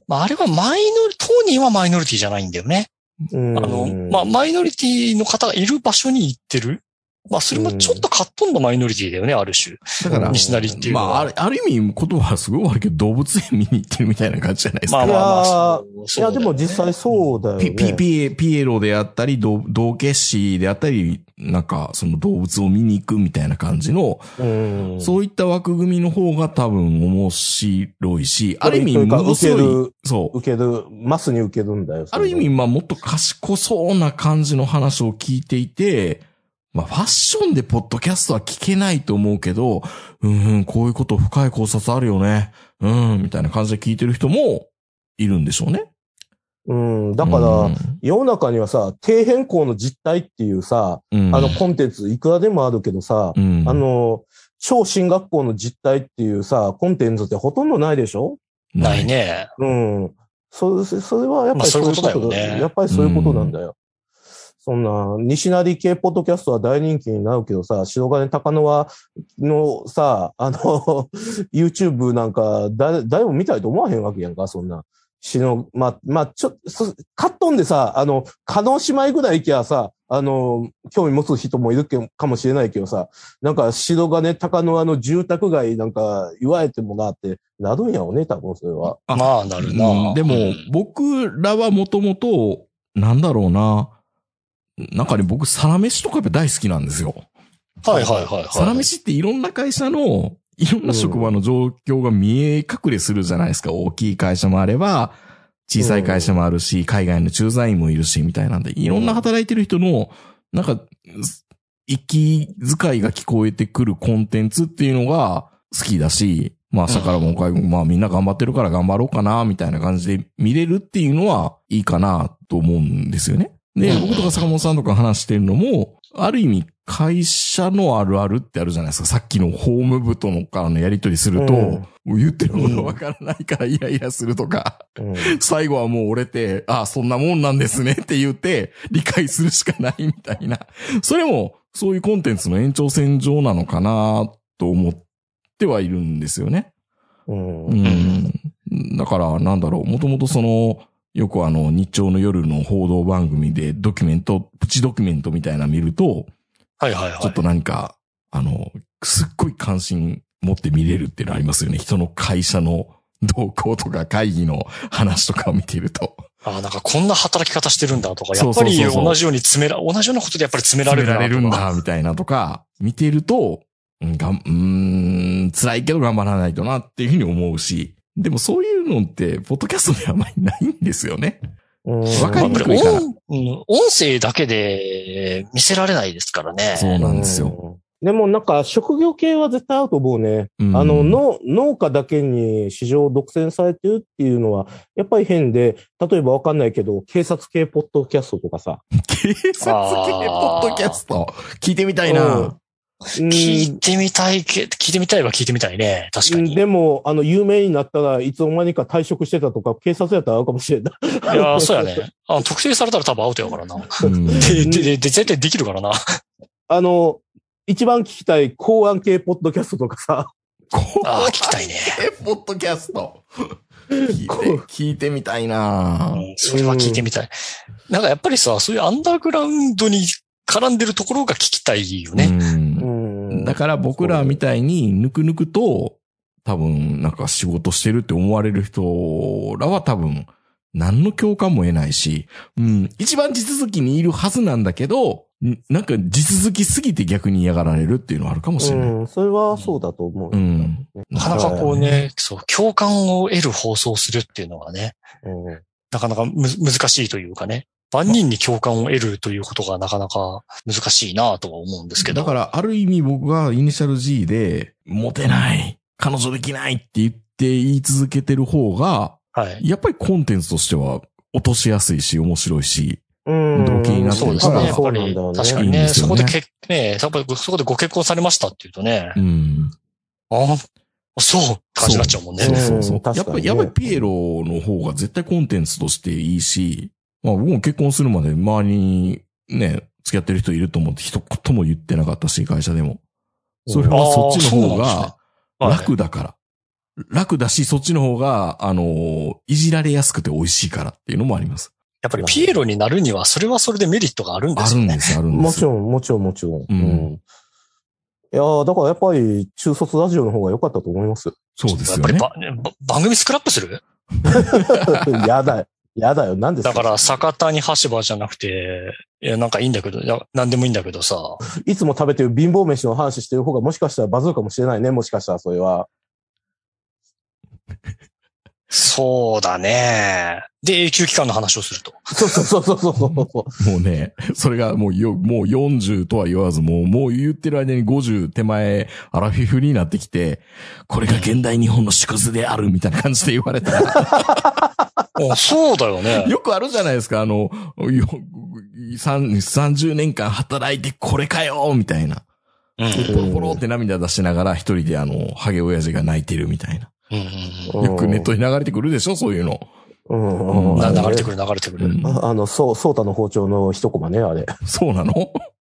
C: まあ、あれはマイノリ、当人はマイノリティじゃないんだよね。
D: うん。
C: あの、まあ、マイノリティの方がいる場所に行ってる。まあ、それもちょっとかっ飛んだマイノリティだよね、ある種。
B: だから、
C: 西成っていう
B: ま
C: のは。
B: あ、ある、ある意味、言葉はすごい悪いけど、動物園見に行ってるみたいな感じじゃないですか。
C: まあまあまあそう
D: い
C: そうだ
D: や、
C: よね
D: でも実際そうだよ
B: ピ、
D: ね。
B: ピ、ピエ、ピエロであったり、道道化師であったり、なんか、その動物を見に行くみたいな感じの、
D: うん。
B: そういった枠組みの方が多分面白いし、あ
D: あ
B: る意味、
D: 受
B: ものす
D: け
B: ごい、
D: る、
B: そう。
D: 受ける、マスに受けるんだよ。そ
B: あ
D: れ
B: る意味、、まあ、もっと賢そうな感じの話を聞いていて、まあ、ファッションでポッドキャストは聞けないと思うけど、うん、うん、こういうこと深い考察あるよね。うん、みたいな感じで聞いてる人もいるんでしょうね。
D: うん。だか
B: う
D: ら、
B: ん
D: 世の中にはさ、低変更の実態っていうさ、
B: うん、
D: あのコンテンツいくらでもあるけどさ、
B: うん、
D: あの、超進学校の実態っていうさ、コンテンツってほとんどないでしょ
C: ないね。
D: うん。そ、それはやっぱ
C: まあ
D: り
C: そういうことだよね
D: そういうことやっぱりそういうことなんだよ。そんな、西成系ポッドキャストは大人気になるけどさ、白金高野はのさ、あの、YouTube なんか誰、誰も見たいと思わへんわけやんか、そんな。しの、まあ、まあ、ちょ、そカットンでさ、あの、可能姉妹ぐらい行きゃさ、あの、興味持つ人もいるけんかもしれないけどさ、なんか、白金高輪の住宅街なんか言われてもなって、なるんやろね、多分それは。
B: あ
C: まあ、なる
B: う
C: な。
B: んでも、僕らはもともと、なんだろうな。なんかね、僕、サラメシとかやっぱ大好きなんですよ。
C: はいはいはいはい。
B: サラメシっていろんな会社の、いろんな職場の状況が見え隠れするじゃないですか。大きい会社もあれば、小さい会社もあるし、海外の駐在員もいるし、みたいなんで、いろんな働いてる人の、なんか、す息遣いが聞こえてくるコンテンツっていうのが好きだし、まあ朝からもう一回、まあみんな頑張ってるから頑張ろうかな、みたいな感じで見れるっていうのはいいかなと思うんですよね。で、
C: うん
B: 僕とか坂本さんとか話してるのも、ある意味会社のあるあるってあるじゃないですか。さっきのホーム部とのからのやりとりすると、
D: うん
B: もう言ってることわからないからイライラするとか、
D: うん
B: 最後はもう折れて、ああ、そんなもんなんですねって言って、理解するしかないみたいな。それも、そういうコンテンツの延長線上なのかなと思ってはいるんですよね。
D: うん
B: う。ん。だから、なんだろう、もともとその、よくあの、日曜の夜の報道番組でドキュメント、プチドキュメントみたいなの見ると、
C: はいはいはい。
B: ちょっと何か、あの、すっごい関心持って見れるっていうのありますよね。人の会社の動向とか会議の話とかを見てると。
C: ああ、なんかこんな働き方してるんだとか、や
B: そう
C: っ
B: そ
C: ぱ
B: うそう
C: り
B: そう
C: 同じように詰めら、同じようなことでやっぱり詰められるなとか。
B: んだ、みたいなとか、見てると、うんがん、うーん、辛いけど頑張らないとなっていうふうに思うし、でもそういうのって、ポッドキャストではあまりないんですよね。
D: わ
B: かりにくいから
C: 音うん音声だけで見せられないですからね。
B: そうなんですよ。
D: でもなんか職業系は絶対合うと思うね。
B: うん
D: あの、農農家だけに市場を独占されてるっていうのは、やっぱり変で、例えばわかんないけど、警察系ポッドキャストとかさ。
B: 警察系ポッドキャスト。聞いてみたいな。
D: うん
C: 聞いてみたいけ、聞いてみたいは聞いてみたいね。確か
D: うん
C: に。
D: でも、あの、有名になったらいつの間にか退職してたとか、警察やったら合うかもしれない。
C: いやー、そうやね。あの特定されたら多分アウトやからな。
B: うん
C: で、で、で、絶対できるからな。
D: あの、一番聞きたい公安系ポッドキャストとかさ。
C: ああ、聞きたいね。
B: え、ポッドキャスト。聞いて、聞いてみたいな
C: うんそれは聞いてみたい。なんかやっぱりさ、そういうアンダーグラウンドに絡んでるところが聞きたいよね。
B: ね。
D: ん
B: だから僕らみたいに、ぬくぬくと、多分、なんか仕事してるって思われる人らは多分、何の共感も得ないし、うん、一番地続きにいるはずなんだけど、んなんか地続きすぎて逆に嫌がられるっていうのはあるかもしれない。
D: うん、それはそうだと思う。
B: うん。
C: なかなかこうね、そう、共感を得る放送をするっていうのはね、
D: うん
C: なかなかむ難しいというかね。万人に共感を得るということがなかなか難しいなとは思うんですけど。
B: だから、ある意味僕がイニシャル G で、モテない、彼女できないって言って言い続けてる方が、
C: はい。
B: やっぱりコンテンツとしては落としやすいし、面白いし。
D: うん。
B: 動機になって
C: そう
B: る
C: です
B: から
C: ね。
B: ま
C: や
B: あ
C: っぱ
D: そう
C: り、
D: なんだ
C: 確
D: よ
C: か
B: い
C: に
D: ね。
B: いん
C: ね、
B: ですよ
C: そ
B: ね
C: こで結、ね、やっぱりそこでご結婚されましたっていうとね、
B: うん。
C: ああ、そうって感じになっちゃうもんね
B: そう。そう
D: う
B: そう。
D: ん
B: やっ
D: 確
B: ぱ
D: か
B: り、
D: にね
B: やっぱりピエロの方が絶対コンテンツとしていいし、まあ僕も結婚するまで周りにね、付き合ってる人いると思って一言も言ってなかったし、会社でも。それ
C: あ
B: は
C: ー
B: そっちの方
C: そうなんで
B: が
C: すねはい
B: 楽だから。楽だし、そっちの方が、あのー、いじられやすくて美味しいからっていうのもあります。
C: やっぱりピエロになるには、それはそれでメリットがあるんで
B: あ
C: す
B: る
C: よ
B: ん
C: ね
B: で。す、あるんです。
D: もちろん、もちろん、もちろん。
B: うん
D: うんいやーだからやっぱり中卒ラジオの方が良かったと思います。
B: そうですよ
C: や
B: ね
C: っ。ぱりばば番組スクラップする
D: やだよ。やだよ。なんです
C: だから、
D: さ、
C: 坂谷橋場じゃなくて、いや、なんかいいんだけど、いやなんでもいいんだけどさ、
D: いつも食べてる貧乏飯の話してる方がもしかしたらバズるかもしれないね。もしかしたらそれは。
C: そうだね。で、永久期間の話をすると。
D: そうそうそうそうそうそう。
B: もうね、それがもうよ、もう40とは言わず、もう、もう言ってる間に50手前、アラフィフになってきて、これが現代日本の縮図であるみたいな感じで言われた ら、
C: あそうだ よね。
B: よくあるじゃないですか、あの、よさん30年間働いてこれかよみたいな。
C: うん。
B: ポロポロって涙出しながら一人であの、ハゲ親父が泣いてるみたいな。
C: うん
D: うん
B: よくネットに流れてくるでしょ、そういうの。
D: うん。
C: うん。な
D: あの
C: 流れてくる流れてく
B: う
C: る。
B: ん、
D: ああの、そう、ソータの包丁の一コマね、あれ。
B: そうなの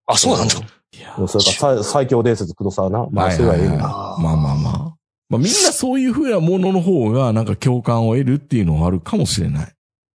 C: あ、そうなんだ。
B: いや
D: それからさ最強伝説黒沢な。まあ、それはいい
B: はいはい
D: な。
C: あー
B: まあまあまあ。まあみんなそういう風なものの方がなんか共感を得るっていうのはあるかもしれない。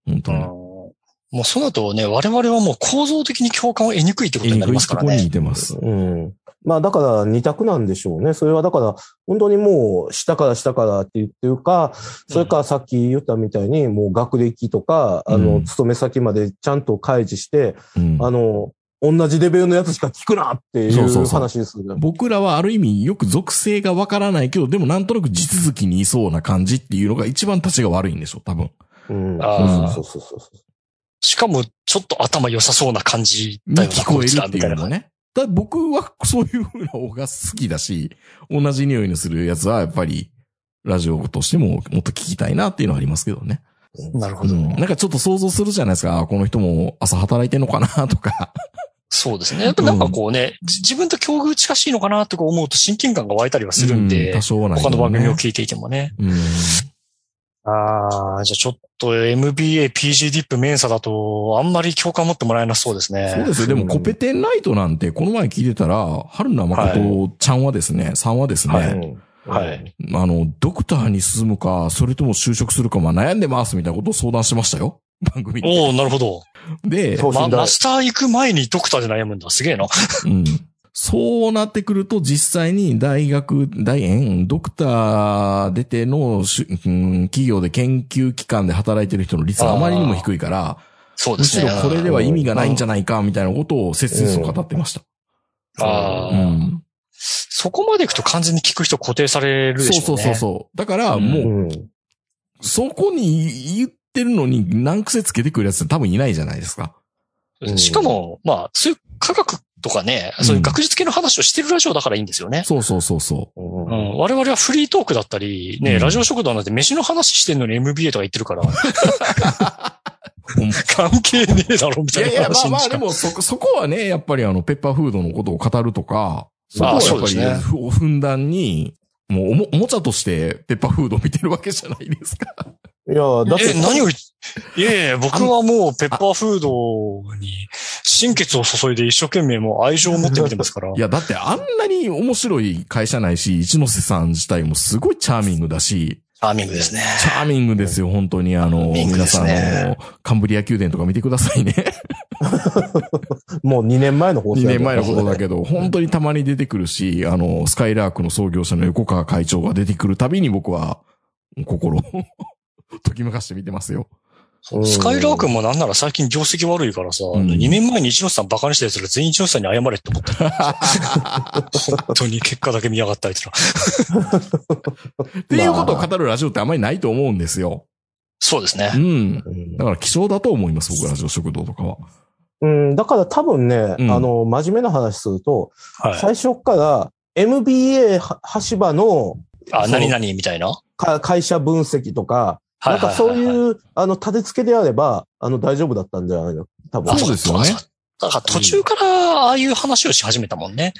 B: 本当
C: うん
B: に。
C: もうその後ね、我々はもう構造的に共感を得にくいってこと
B: 絵
C: に
B: に
C: なり
B: くい
C: ます
B: と
C: から
B: こに
C: ね。
B: 似てます。
D: うん。まあだから二択なんでしょうね。それはだから本当にもう下から下からっていうか、それからさっき言ったみたいにもう学歴とか、あ
B: う
D: の、
B: ん
D: 勤め先までちゃんと開示して、
B: うん
D: あの、同じレベルのやつしか聞くなってい
B: そうそう
D: う
B: そう
D: 話でする。
B: 僕らはある意味よく属性がわからないけど、でもなんとなく地続きにいそうな感じっていうのが一番立ちが悪いんでしょ、多分。
D: うん。
C: あー
D: そうそうそうそう。
C: しかも、ちょっと頭良さそうな感じ
B: に
C: だよな、
B: 聞こえるって
C: み
B: い
C: た
B: うの
C: いな
B: も
C: 感じ。
B: ね。だ僕はそういう風な方が好きだし、同じ匂いのするやつはやっぱり、ラジオとしてももっと聞きたいなっていうのはありますけどね。
C: なるほ
B: う
C: ど。
B: ん、なんかちょっと想像するじゃないですか。あこの人も朝働いてんのかな とか。
C: そうですね。やっぱなんかこうね、じ自分と境遇近しいのかなとか思うと親近感が湧いたりはするんで、
B: う多少はない、
C: 他の番組を
B: い
C: 聞いていてもね。
B: うん。
C: ああ、じゃあちょっと MBA、PG ディップ、メンサだと、あんまり共感持ってもらえなそうです
B: そう
C: ね。
B: ですよ。でも、コペテンライトなんて、この前聞いてたら、春名誠ちゃんはですね、さんはですね、
C: は
D: うん
C: はい。
B: あの、ドクターに進むか、それとも就職するか、まあ悩んでますみたいなことを相談してましたよ。番組で。
C: おおなるほど。
B: で、
D: そう
C: ま、
D: 診断
C: マスター行く前にドクターで悩むんだ。すげえな。
B: うん。そうなってくると、実際に大学、大園、ドクター出てのし、うん企業で研究機関で働いてる人の率があまりにも低いから、
C: そうで
B: む
C: す
B: し
C: ね
B: ろ。これでは意味がないんじゃないか、みたいなことを切々と語ってました。
C: あ
B: う
C: ー
B: ん。
C: そこまで行くと完全に聞く人固定されるで
B: そうそうう
C: しょね。
B: そうそう。だから、もう、
D: うん。
B: そこに言ってるのに難癖つけてくるやつって多分いないじゃないですか。
C: しかも、まあ、そういう科学とかね、
B: うん
C: そういう学術系の話をしてるラジオだからいいんですよね。
B: そうそうそう そう。
D: うん
C: うん、我々はフリートークだったり、ね、
B: うん
C: ラジオ食堂なんて飯の話してんのに MBA とか言って るから、
B: ん
C: 関係ねえだろ
B: い
C: みた
B: や
C: い
B: い
C: な
B: や、ま
C: 話
B: あ
C: に
B: まあ、
C: し
B: で
C: か。
B: もそこ、そこはね、やっぱりあの、ペッパーフードのことを語るとか、そこ
C: ま
B: は
C: あ
B: やっぱり、
C: そうですね
B: ふふんだんに、もうおも、おもちゃとして、ペッパーフードを見てるわけじゃないですか。
D: いや、だって、
C: え、何を言っ、いやいや、僕はもうペッパーフードに心血を注いで一生懸命もう愛情を持って見てますから
B: い。や、だってあんなに面白い会社ないし、一ノ瀬さん自体もすごいチャーミングだし、
C: ターミングですね。
B: チャーミングですよ、本当に。あの、
C: ミング
B: 皆
C: で
B: さ
C: す
B: ん、
C: ね
B: あの、カンブリア宮殿とか見てくださいね。
D: もう2年前の放送
B: 2年
D: やけど
B: 前のことだけど、本当にたまに出てくるし、あの、スカイラークの創業者の横川会長が出てくるたびに僕は、心を、 ときめかして見てますよ。
D: うん
C: スカイラークもなんなら最近業績悪いからさ、
B: ん
C: 2年前に一ノ瀬さんバカにしたやつら全員一ノ瀬さんに謝れって思った。 本当に結果だけ見やがったあいつら。
B: っていうことを語るラジオってあんまりないと思うんですよ。
C: そうです
B: う
C: ね。
B: ん。
D: うん
B: だから希少だと思います、僕、ラジオ食堂とかは。
D: うん、だから多分ね、
B: うん
D: あの、真面目な話すると、
C: はい。
D: 最初から MBA は橋場の
C: あ、
D: そう
C: 何々みたいな。は
D: か会社分析とか、なんかそう
C: ははは
D: いう、あの、立て付けであれば、あの、大丈夫だったんじゃないの多分
C: あ。
B: そうですよね
C: そうかそうかだから途中からああいう話をし始めたもんね。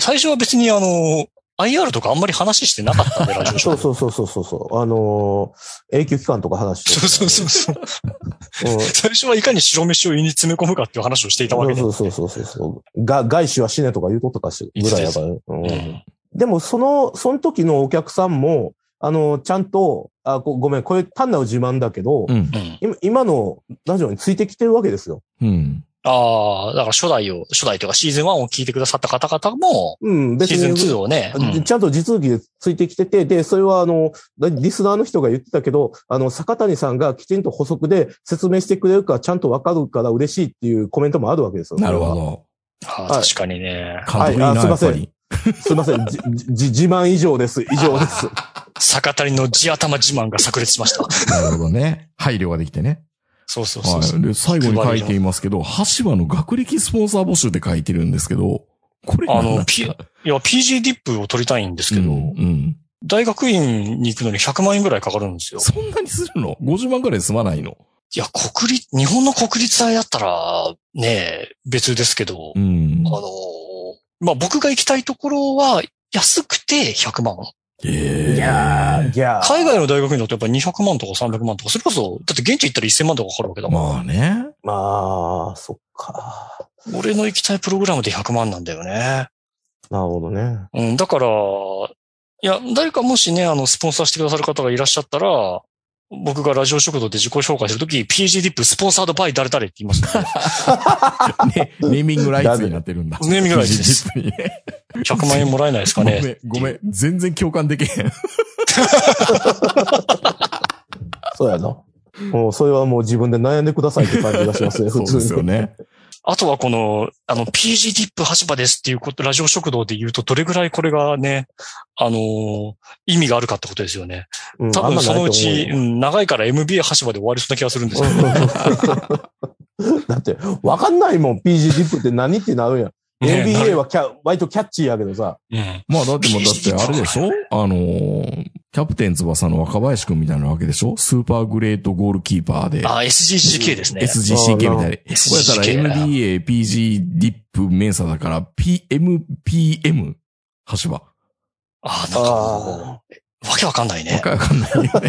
C: 最初は別にあの、IR とかあんまり話してなかったんで、ラジオショー
D: そうそうそうそうそうそう。あのー永久期間とか話して
C: そうそうそうそう。
D: うん
C: 最初はいかに白飯を胃に詰め込むかっていう話をしていたわけで。
D: そうそうそうそうそう。が、外資は死ねとか言うことかしぐらいやからね。うん
C: うん
D: でも、その、その時のお客さんも、あの、ちゃんと、あごごめん、これ単なる自慢だけど、
B: うん。
C: うん。
D: 今今のラジオについてきてるわけですよ。
B: うん。
C: ああ、だから初代を、初代というかシーズン1を聞いてくださった方々も、
D: うん、
C: シ
D: 別
C: ーズン
D: に。
C: 2をね、うん
D: ちゃんと実技でついてきてて、で、それはあの、リスナーの人が言ってたけど、あの、坂谷さんがきちんと補足で説明してくれるから、ちゃんとわかるから嬉しいっていうコメントもあるわけですよ。
B: なるほど。
C: あ
D: は
C: ー
D: い
C: 確かにね。
B: 監督いいな、
D: はいあすい
B: や
D: ま
B: っ
D: せん
B: ぱり。
D: すいません。じ、じ、自慢以上です。以上です。
C: 坂谷の地頭自慢が炸裂しました。
B: なるほどね。配慮ができてね。
C: そうそうそうそう
B: はい。で、最後に書いていますけど、橋場の学歴スポンサー募集って書いてるんですけど、これ
C: あ
B: 何なん
C: の、
B: です
C: P
B: か、
C: いや、PG ディップを取りたいんですけ
B: う
C: ど、
B: んうん。
C: 大学院に行くのに100万円ぐらいかかるんですよ。
B: そんなにするの ?50 万くらいで済まないの
C: いや、国立、日本の国立大だったら、ねえ、別ですけど、
B: うん
C: あ。のーまあ、僕が行きたいところは、安くて100万。
B: ええ
D: いやー、いやー
C: 海外の大学院だとやっぱり200万とか300万とか、それこそ、だって現地行ったら1000万とかかかるわけだもん。
B: まあ ね。
D: まあ、そっか。
C: 俺の行きたいプログラムで100万なんだよね。
D: なるほどね。
C: うん、だから、いや、誰かもしね、あの、スポンサーしてくださる方がいらっしゃったら、僕がラジオ食堂で自己紹介するとき、PG ディップスポンサードバイ誰々って言います から、
B: ね、ネーミングライツになってるんだ。
C: ネーミングライツです
B: 実にね。
C: 100万円もらえないです
B: ご
C: か
B: め
C: ね。
B: ん、ごめん。全然共感できへん。
D: そうやな。もう、それはもう自分で悩んでくださいって感じがしますね、
B: そ
D: 普
B: う
D: 通
B: で
D: に。
B: すよね。
C: あとはこの、あの、PG ディップ橋場ですっていうこと、ラジオ食堂で言うと、どれぐらいこれがね、あのー意味があるかってことですよね。
D: うん
C: 多分そのうち、
D: あん
C: うん長いから MBA 橋場で終わりそうな気がするんです
D: ま
C: よ。
D: ないと思うよだって、わかん ないもん、PG ディップって何ってなるやん。
C: ね
D: NBA はキャ、割とキャッチーやけどさ。
C: うん。
B: まあだってもうだってあれでしょあのー、キャプテン翼の若林くんみたいなわけでしょスーパーグレートゴールキーパーで。
C: あ、SGCK ですね。
B: SGCK みたいな。これやったら
C: SGCK
B: MBA、PG、ディップ、メンサだから、PM、PM、橋場。
C: あ、なんか
D: あ
C: もう、わけわかんない
B: わ
C: ね。
B: かわかんないよね。
C: ま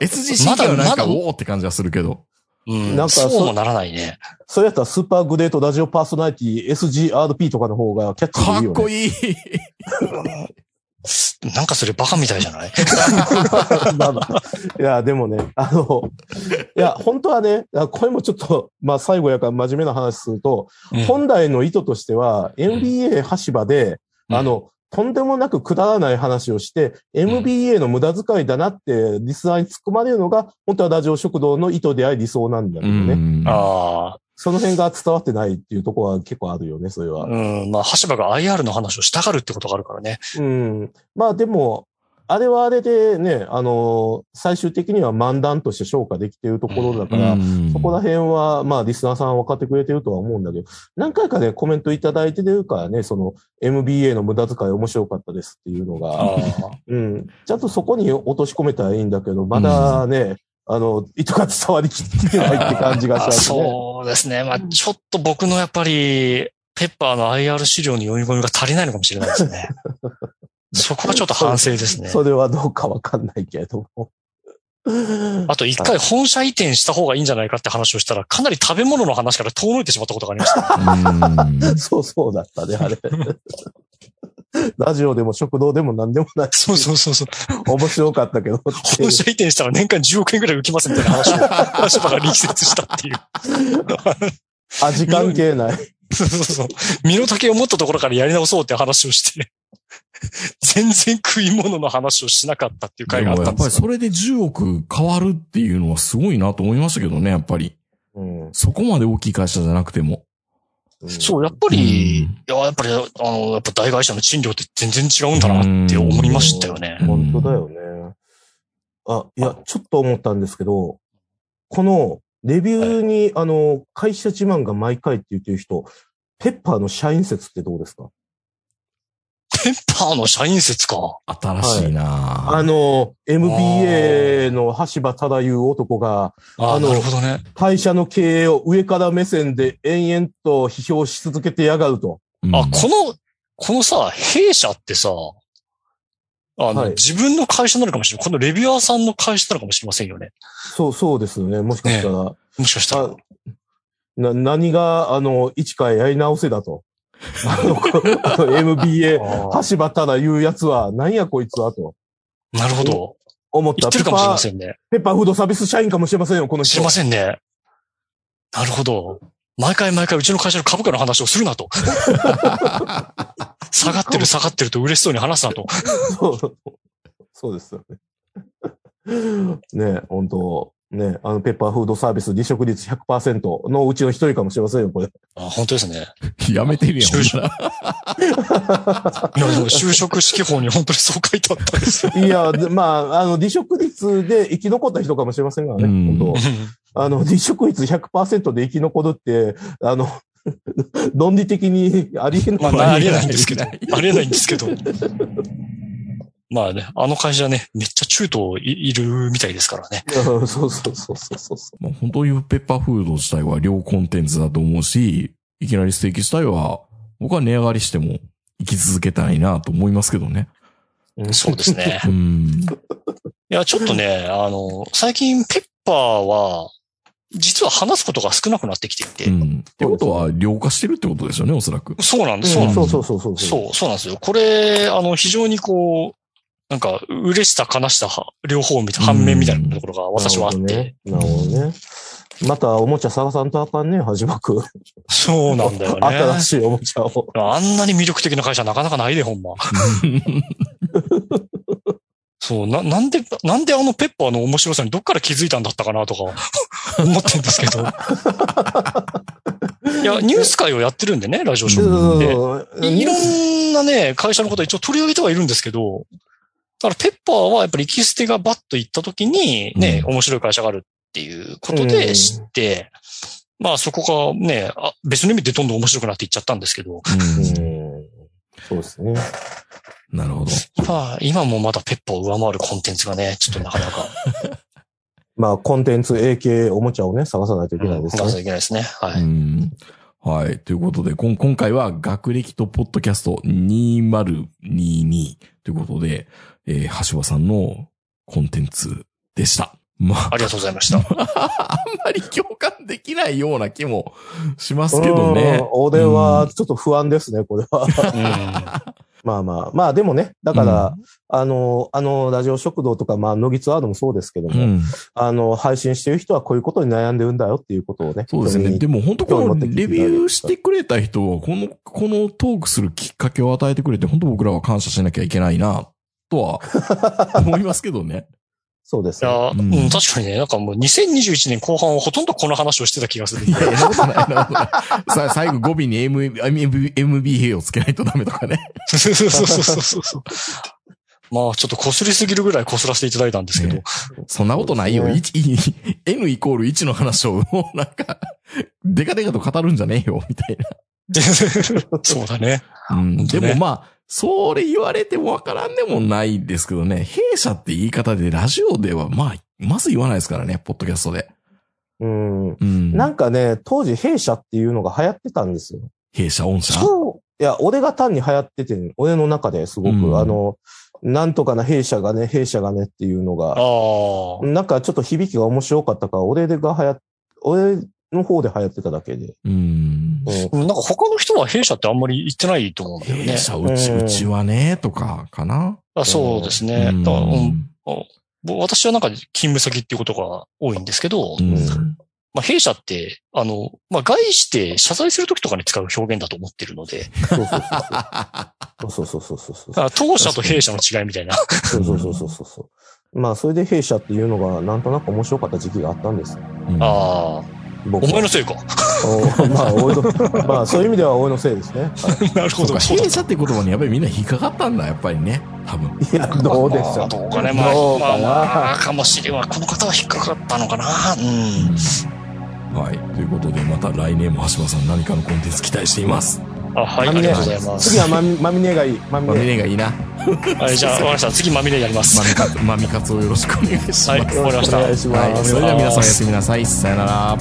B: SGCK
C: だ
B: はなん
C: ま
B: か、
C: だ
B: おおって感じがするけど。
C: うん。
D: なんかそ
C: そうもならないね。
D: それやったらスーパーグレートラジオパーソナリティ SGRP とかの方がキャッチー
B: かっ
D: でいいよね。
B: こいい
C: なんかそれバカみたいじゃ ない
D: まあまあいや、でもね、あの、いや、本当はね、あこれもちょっと、まあ最後やから真面目な話すると、
C: うん
D: 本来の意図としては、NBA 橋場で、
C: うん
D: あの、とんでもなくくだらない話をして、MBA の無駄遣いだなって、リスナーに突っ込まれるのが、本当はラジオ食堂の意図であり理想なんだ
B: う
D: けどね。
B: ん。
C: あ
D: その辺が伝わってないっていうところは結構あるよね、それ
C: あ、
D: は。
C: うん。まあ、橋場が IR の話をしたがるってことがあるからね。
D: うん。まあでも、あれはあれでね、あの、最終的には漫談として消化できているところだから、そこら辺は、まあ、リスナーさんは分かってくれてるとは思うんだけど、何回かね、コメントいただいてるからね、その、MBA の無駄遣い面白かったですっていうのが、うん、ちゃんとそこに落とし込めたらいいんだけど、まだね、あの、糸が伝わりきってないって感じがし
C: あ
D: ますね。
C: そうですね。まあ、ちょっと僕のやっぱり、ペッパーの IR 資料の読み込みが足りないのかもしれないです ね。そこはちょっと反省ですね。
D: それはどうかわかんないけれども。
C: あと一回本社移転した方がいいんじゃないかって話をしたら、かなり食べ物の話から遠のいてしまったことがありました。
D: そうそうだったね、あれ。ラジオでも食堂でも何でもない。
C: そうそうそうそう。
D: 面白かったけどっていう
C: 本社移転したら年間10億円ぐらい浮きますみたいな話を、話から力説したっていう。
D: 味関係ない。
C: そうそうそう。身の丈を持ったところからやり直そうって話をして、全然食い物の話をしなかったっていう
B: で
C: 回があっ
B: もや
C: たん
B: っ
C: で
B: ぱり
C: すよ。
B: それで10億変わるっていうのはすごいなと思いましたけどね、やっぱり。
D: うん
B: そこまで大きい会社じゃなくても。
C: そう、やっぱり、いや、やっぱり、あの、やっぱ大会社の賃料って全然違うんだなって思いましたよね。
B: うん
D: 本当だよね。あ、いや、ちょっと思ったんですけど、このレビューに、あの、会社自慢が毎回って言ってる人、ペッパーの社員説ってどうですか
C: ペッパーの社員説か。
B: 新しいな
D: あ
B: ぁ
D: の、MBA の橋場忠いう男が、
C: あ
D: あ
C: あ、
D: の
C: なるほどね。
D: 会社の経営を上から目線で延々と批評し続けてやがると。
B: うん
C: あ、この、このさ、弊社ってさ、あの、
D: はい
C: 自分の会社なのかもしれない。このレビュアーさんの会社なのかもしれませんよね。
D: そう、そうですよね。もしかしたら。
C: もしかしたら。
D: あな何が、あの、一からやり直せだと。 あの、こあの MBA、橋場ただ言うやつは、何やこいつはと
C: なるほど。
D: 思っ
C: 言
D: た
C: って
D: ペ
C: るか
D: ッ
C: もしれ
D: パ
C: ませ
D: ー、
C: んね。
D: ペッパーフードサービス社員かもしれませんよ、この
C: 知
D: 人。
C: りませんね。なるほど。毎回毎回うちの会社の株価の話をするな と。下がってる下がってると嬉しそうに話すなと。
D: そうそうですよね。 ねえ本当ねえあの、ペッパーフードサービス離職率100%のうちの一人かもしれませんよ、これ。
C: あ本当ですね。
B: やめてるやん。
C: 就職
B: ほんなら
C: いや、でも就職指揮法に本当にそう書いてあったん ですよ。
D: いや、でまあ、あの、離職率で生き残った人かもしれませんからね、
B: うん
D: 本当あの、 離職率100%で生き残るって、あの、 論理的にありえな
C: ま
D: い。
C: あ、ありえないんです けど。ありえないんですけど。 まあね、あの会社ね、めっちゃ中東いいるみたいですからね。
D: うんそうそうそうそうそうそ
B: もう本当にペッパーフード自体は両コンテンツだと思うし、いきなりステーキ自体は、僕は値上がりしても生き続けたいなと思いますけどね。
D: う。
C: そうですね。
B: うん。
C: いや、ちょっとね、あの、最近ペッパーは、実は話すことが少なくなってきていて、
B: うん。ってことは、量化してるってことですよね、おそらく。
C: そうなんです、そう
D: う
C: なん
D: ん
C: です。
D: そうそうそうそう。
C: そう、そうなんですよ。これ、あの、非常にこう、なんか、嬉しさ、悲しさ、は両方みたいな、反面みたいなところが私はあって、
D: なるほどね。なるほどねまた、おもちゃ探さんとあかんね、はじまく。
C: そうなん だよね。
D: 新しいおもちゃを。
C: あんなに魅力的な会社なかなかないで、ほんま。そう、な、なんで、なんであのペッパーの面白さにどっから気づいたんだったかなとか思ってんですけど。 いや、ニュース会をやってるんでね、ラジオショ
B: う
C: ー。
B: ん
C: で
D: うん
C: いいろんなね、会社のことは一応取り上げてはいるんですけど、だからペッパーはやっぱり行き捨てがバッと行った時にね、
B: う
C: 面白い会社があるっていうこと
D: うん
C: で知って、まあそこがね、あ別の意味でどんどん面白くなっていっちゃったんですけど、
D: うんそうですね。
B: うんなるほど。
C: まあ、今もまだペッパーを上回るコンテンツがね、ちょっとなかなか、
D: まあ、コンテンツ、AK、おもちゃをね、探さないといけないで
C: 出
D: す
C: さなき
D: ね。
C: ゃいけないですね。は
B: う
C: い。
B: ん。はい。ということで、こん今回は学歴とポッドキャスト2022ということで、えー、橋場さんのコンテンツでした。まあ、
C: ありがとうございました。
B: あんまり共感できないような気もしますけどね
D: うん。俺は、ちょっと不安ですね、これは。
C: うん
D: まあまあ、まあでもね、だから、あの、あの、ラジオ食堂とか、まあ、乃木ツアードもそうですけど
B: うん、
D: も、
B: うん
D: あの、配信してる人はこういうことに悩んでるんだよっていうことをね。
B: そうですね。
D: 人
B: で
D: に
B: も本当このレビューしてくれた人は、この、このトークするきっかけを与えてくれて、本当僕らは感謝しなきゃいけないな、とは思いますけど ね。
D: そうです
C: い
D: ね。
C: や、
B: う
C: うんん、確かにね、なんかもう2021年後半はほとんどこの話をしてた気がする。
B: いや、そんなことないなそんなことないさ最後語尾に M、MBA をつけないとダメとかね。
C: そうそうそうそうそう。 まあ、ちょっと擦りすぎるぐらい擦らせていただいたんですけど、
B: ねそんなことないよ。
D: そうで
B: 一 N イコール1の話を、もうなんか、デカデカと語るんじゃねえよ、みたい
C: そうだね。
B: な。うん、
C: 本
B: で
C: 当ね
B: もまあ、それ言われてもわからんでもないですけどね、弊社って言い方でラジオでは、まあ、まず言わないですからね、ポッドキャストで。
D: うん。
B: うん。
D: なんかね、当時弊社っていうのが流行ってたんですよ。
B: 弊社、御社。
D: そう。いや、俺が単に流行ってて、俺の中ですごく、
B: うん
D: あの、なんとかな弊社がね、弊社がねっていうの
C: ああ
D: が、。なんかちょっと響きが面白かったから、俺が流行っ、俺の方で流行ってただけで。
B: うん。
D: う
C: な
D: ん
C: んか他の人は弊社ってあんまり言ってないと思うんだよね
B: 弊。社、うち、
D: うん
B: うちはね、とか、かな。
C: あそうです
B: う
C: ね。だからうん
B: ん。
C: ぼ私はなんか勤務先っていうことが多いんですけど、
B: うん
C: まあ、弊社って、あの、まあ、外して謝罪するときとかに使う表現だと思ってるので、
D: そう そうそうそう。そうそうそうそう
C: あ当社と弊社の違いみたいな。
D: そう。そうそうそうそうそう。まあ、それで弊社っていうのが、なんとなく面白かった時期があったんです。
B: うん
C: ああ、
D: 僕
C: お前
D: は
C: のせいか。
D: おまあ、俺の、まあ、そういう意味では俺のせいですね。は
C: なる
B: そ
C: ほ
B: う
C: ど。
B: か、
C: そう
B: 弊
C: だ
B: 社って言葉にやっぱりみんな引っかかったんだ、やっぱりね。多分。
D: いいや、どうでしょ
C: まあ
D: う。
C: どうかね。まあ、
D: どうか
C: ま
D: な
C: あ、まあ、かもしれんわ。この方は引っかかったのかな。うん。
B: はい。ということで、また来年も橋場さん何かのコンテンツ期待しています。
C: あ、はい、あ
D: マミ
C: り
D: ネ
C: がとうございま
D: 次
C: す。
D: はマミマミネがいい。マミ
B: マミ
D: ネ。
B: ネがいいな。
C: はい、じゃあ、わかりました。次、まみれやります。
B: マミカ、マミカツをよろしくお願いします。
C: はい、わかりました。
D: お願いします
B: はい。それでは皆さんおやすみなさい。さよなら。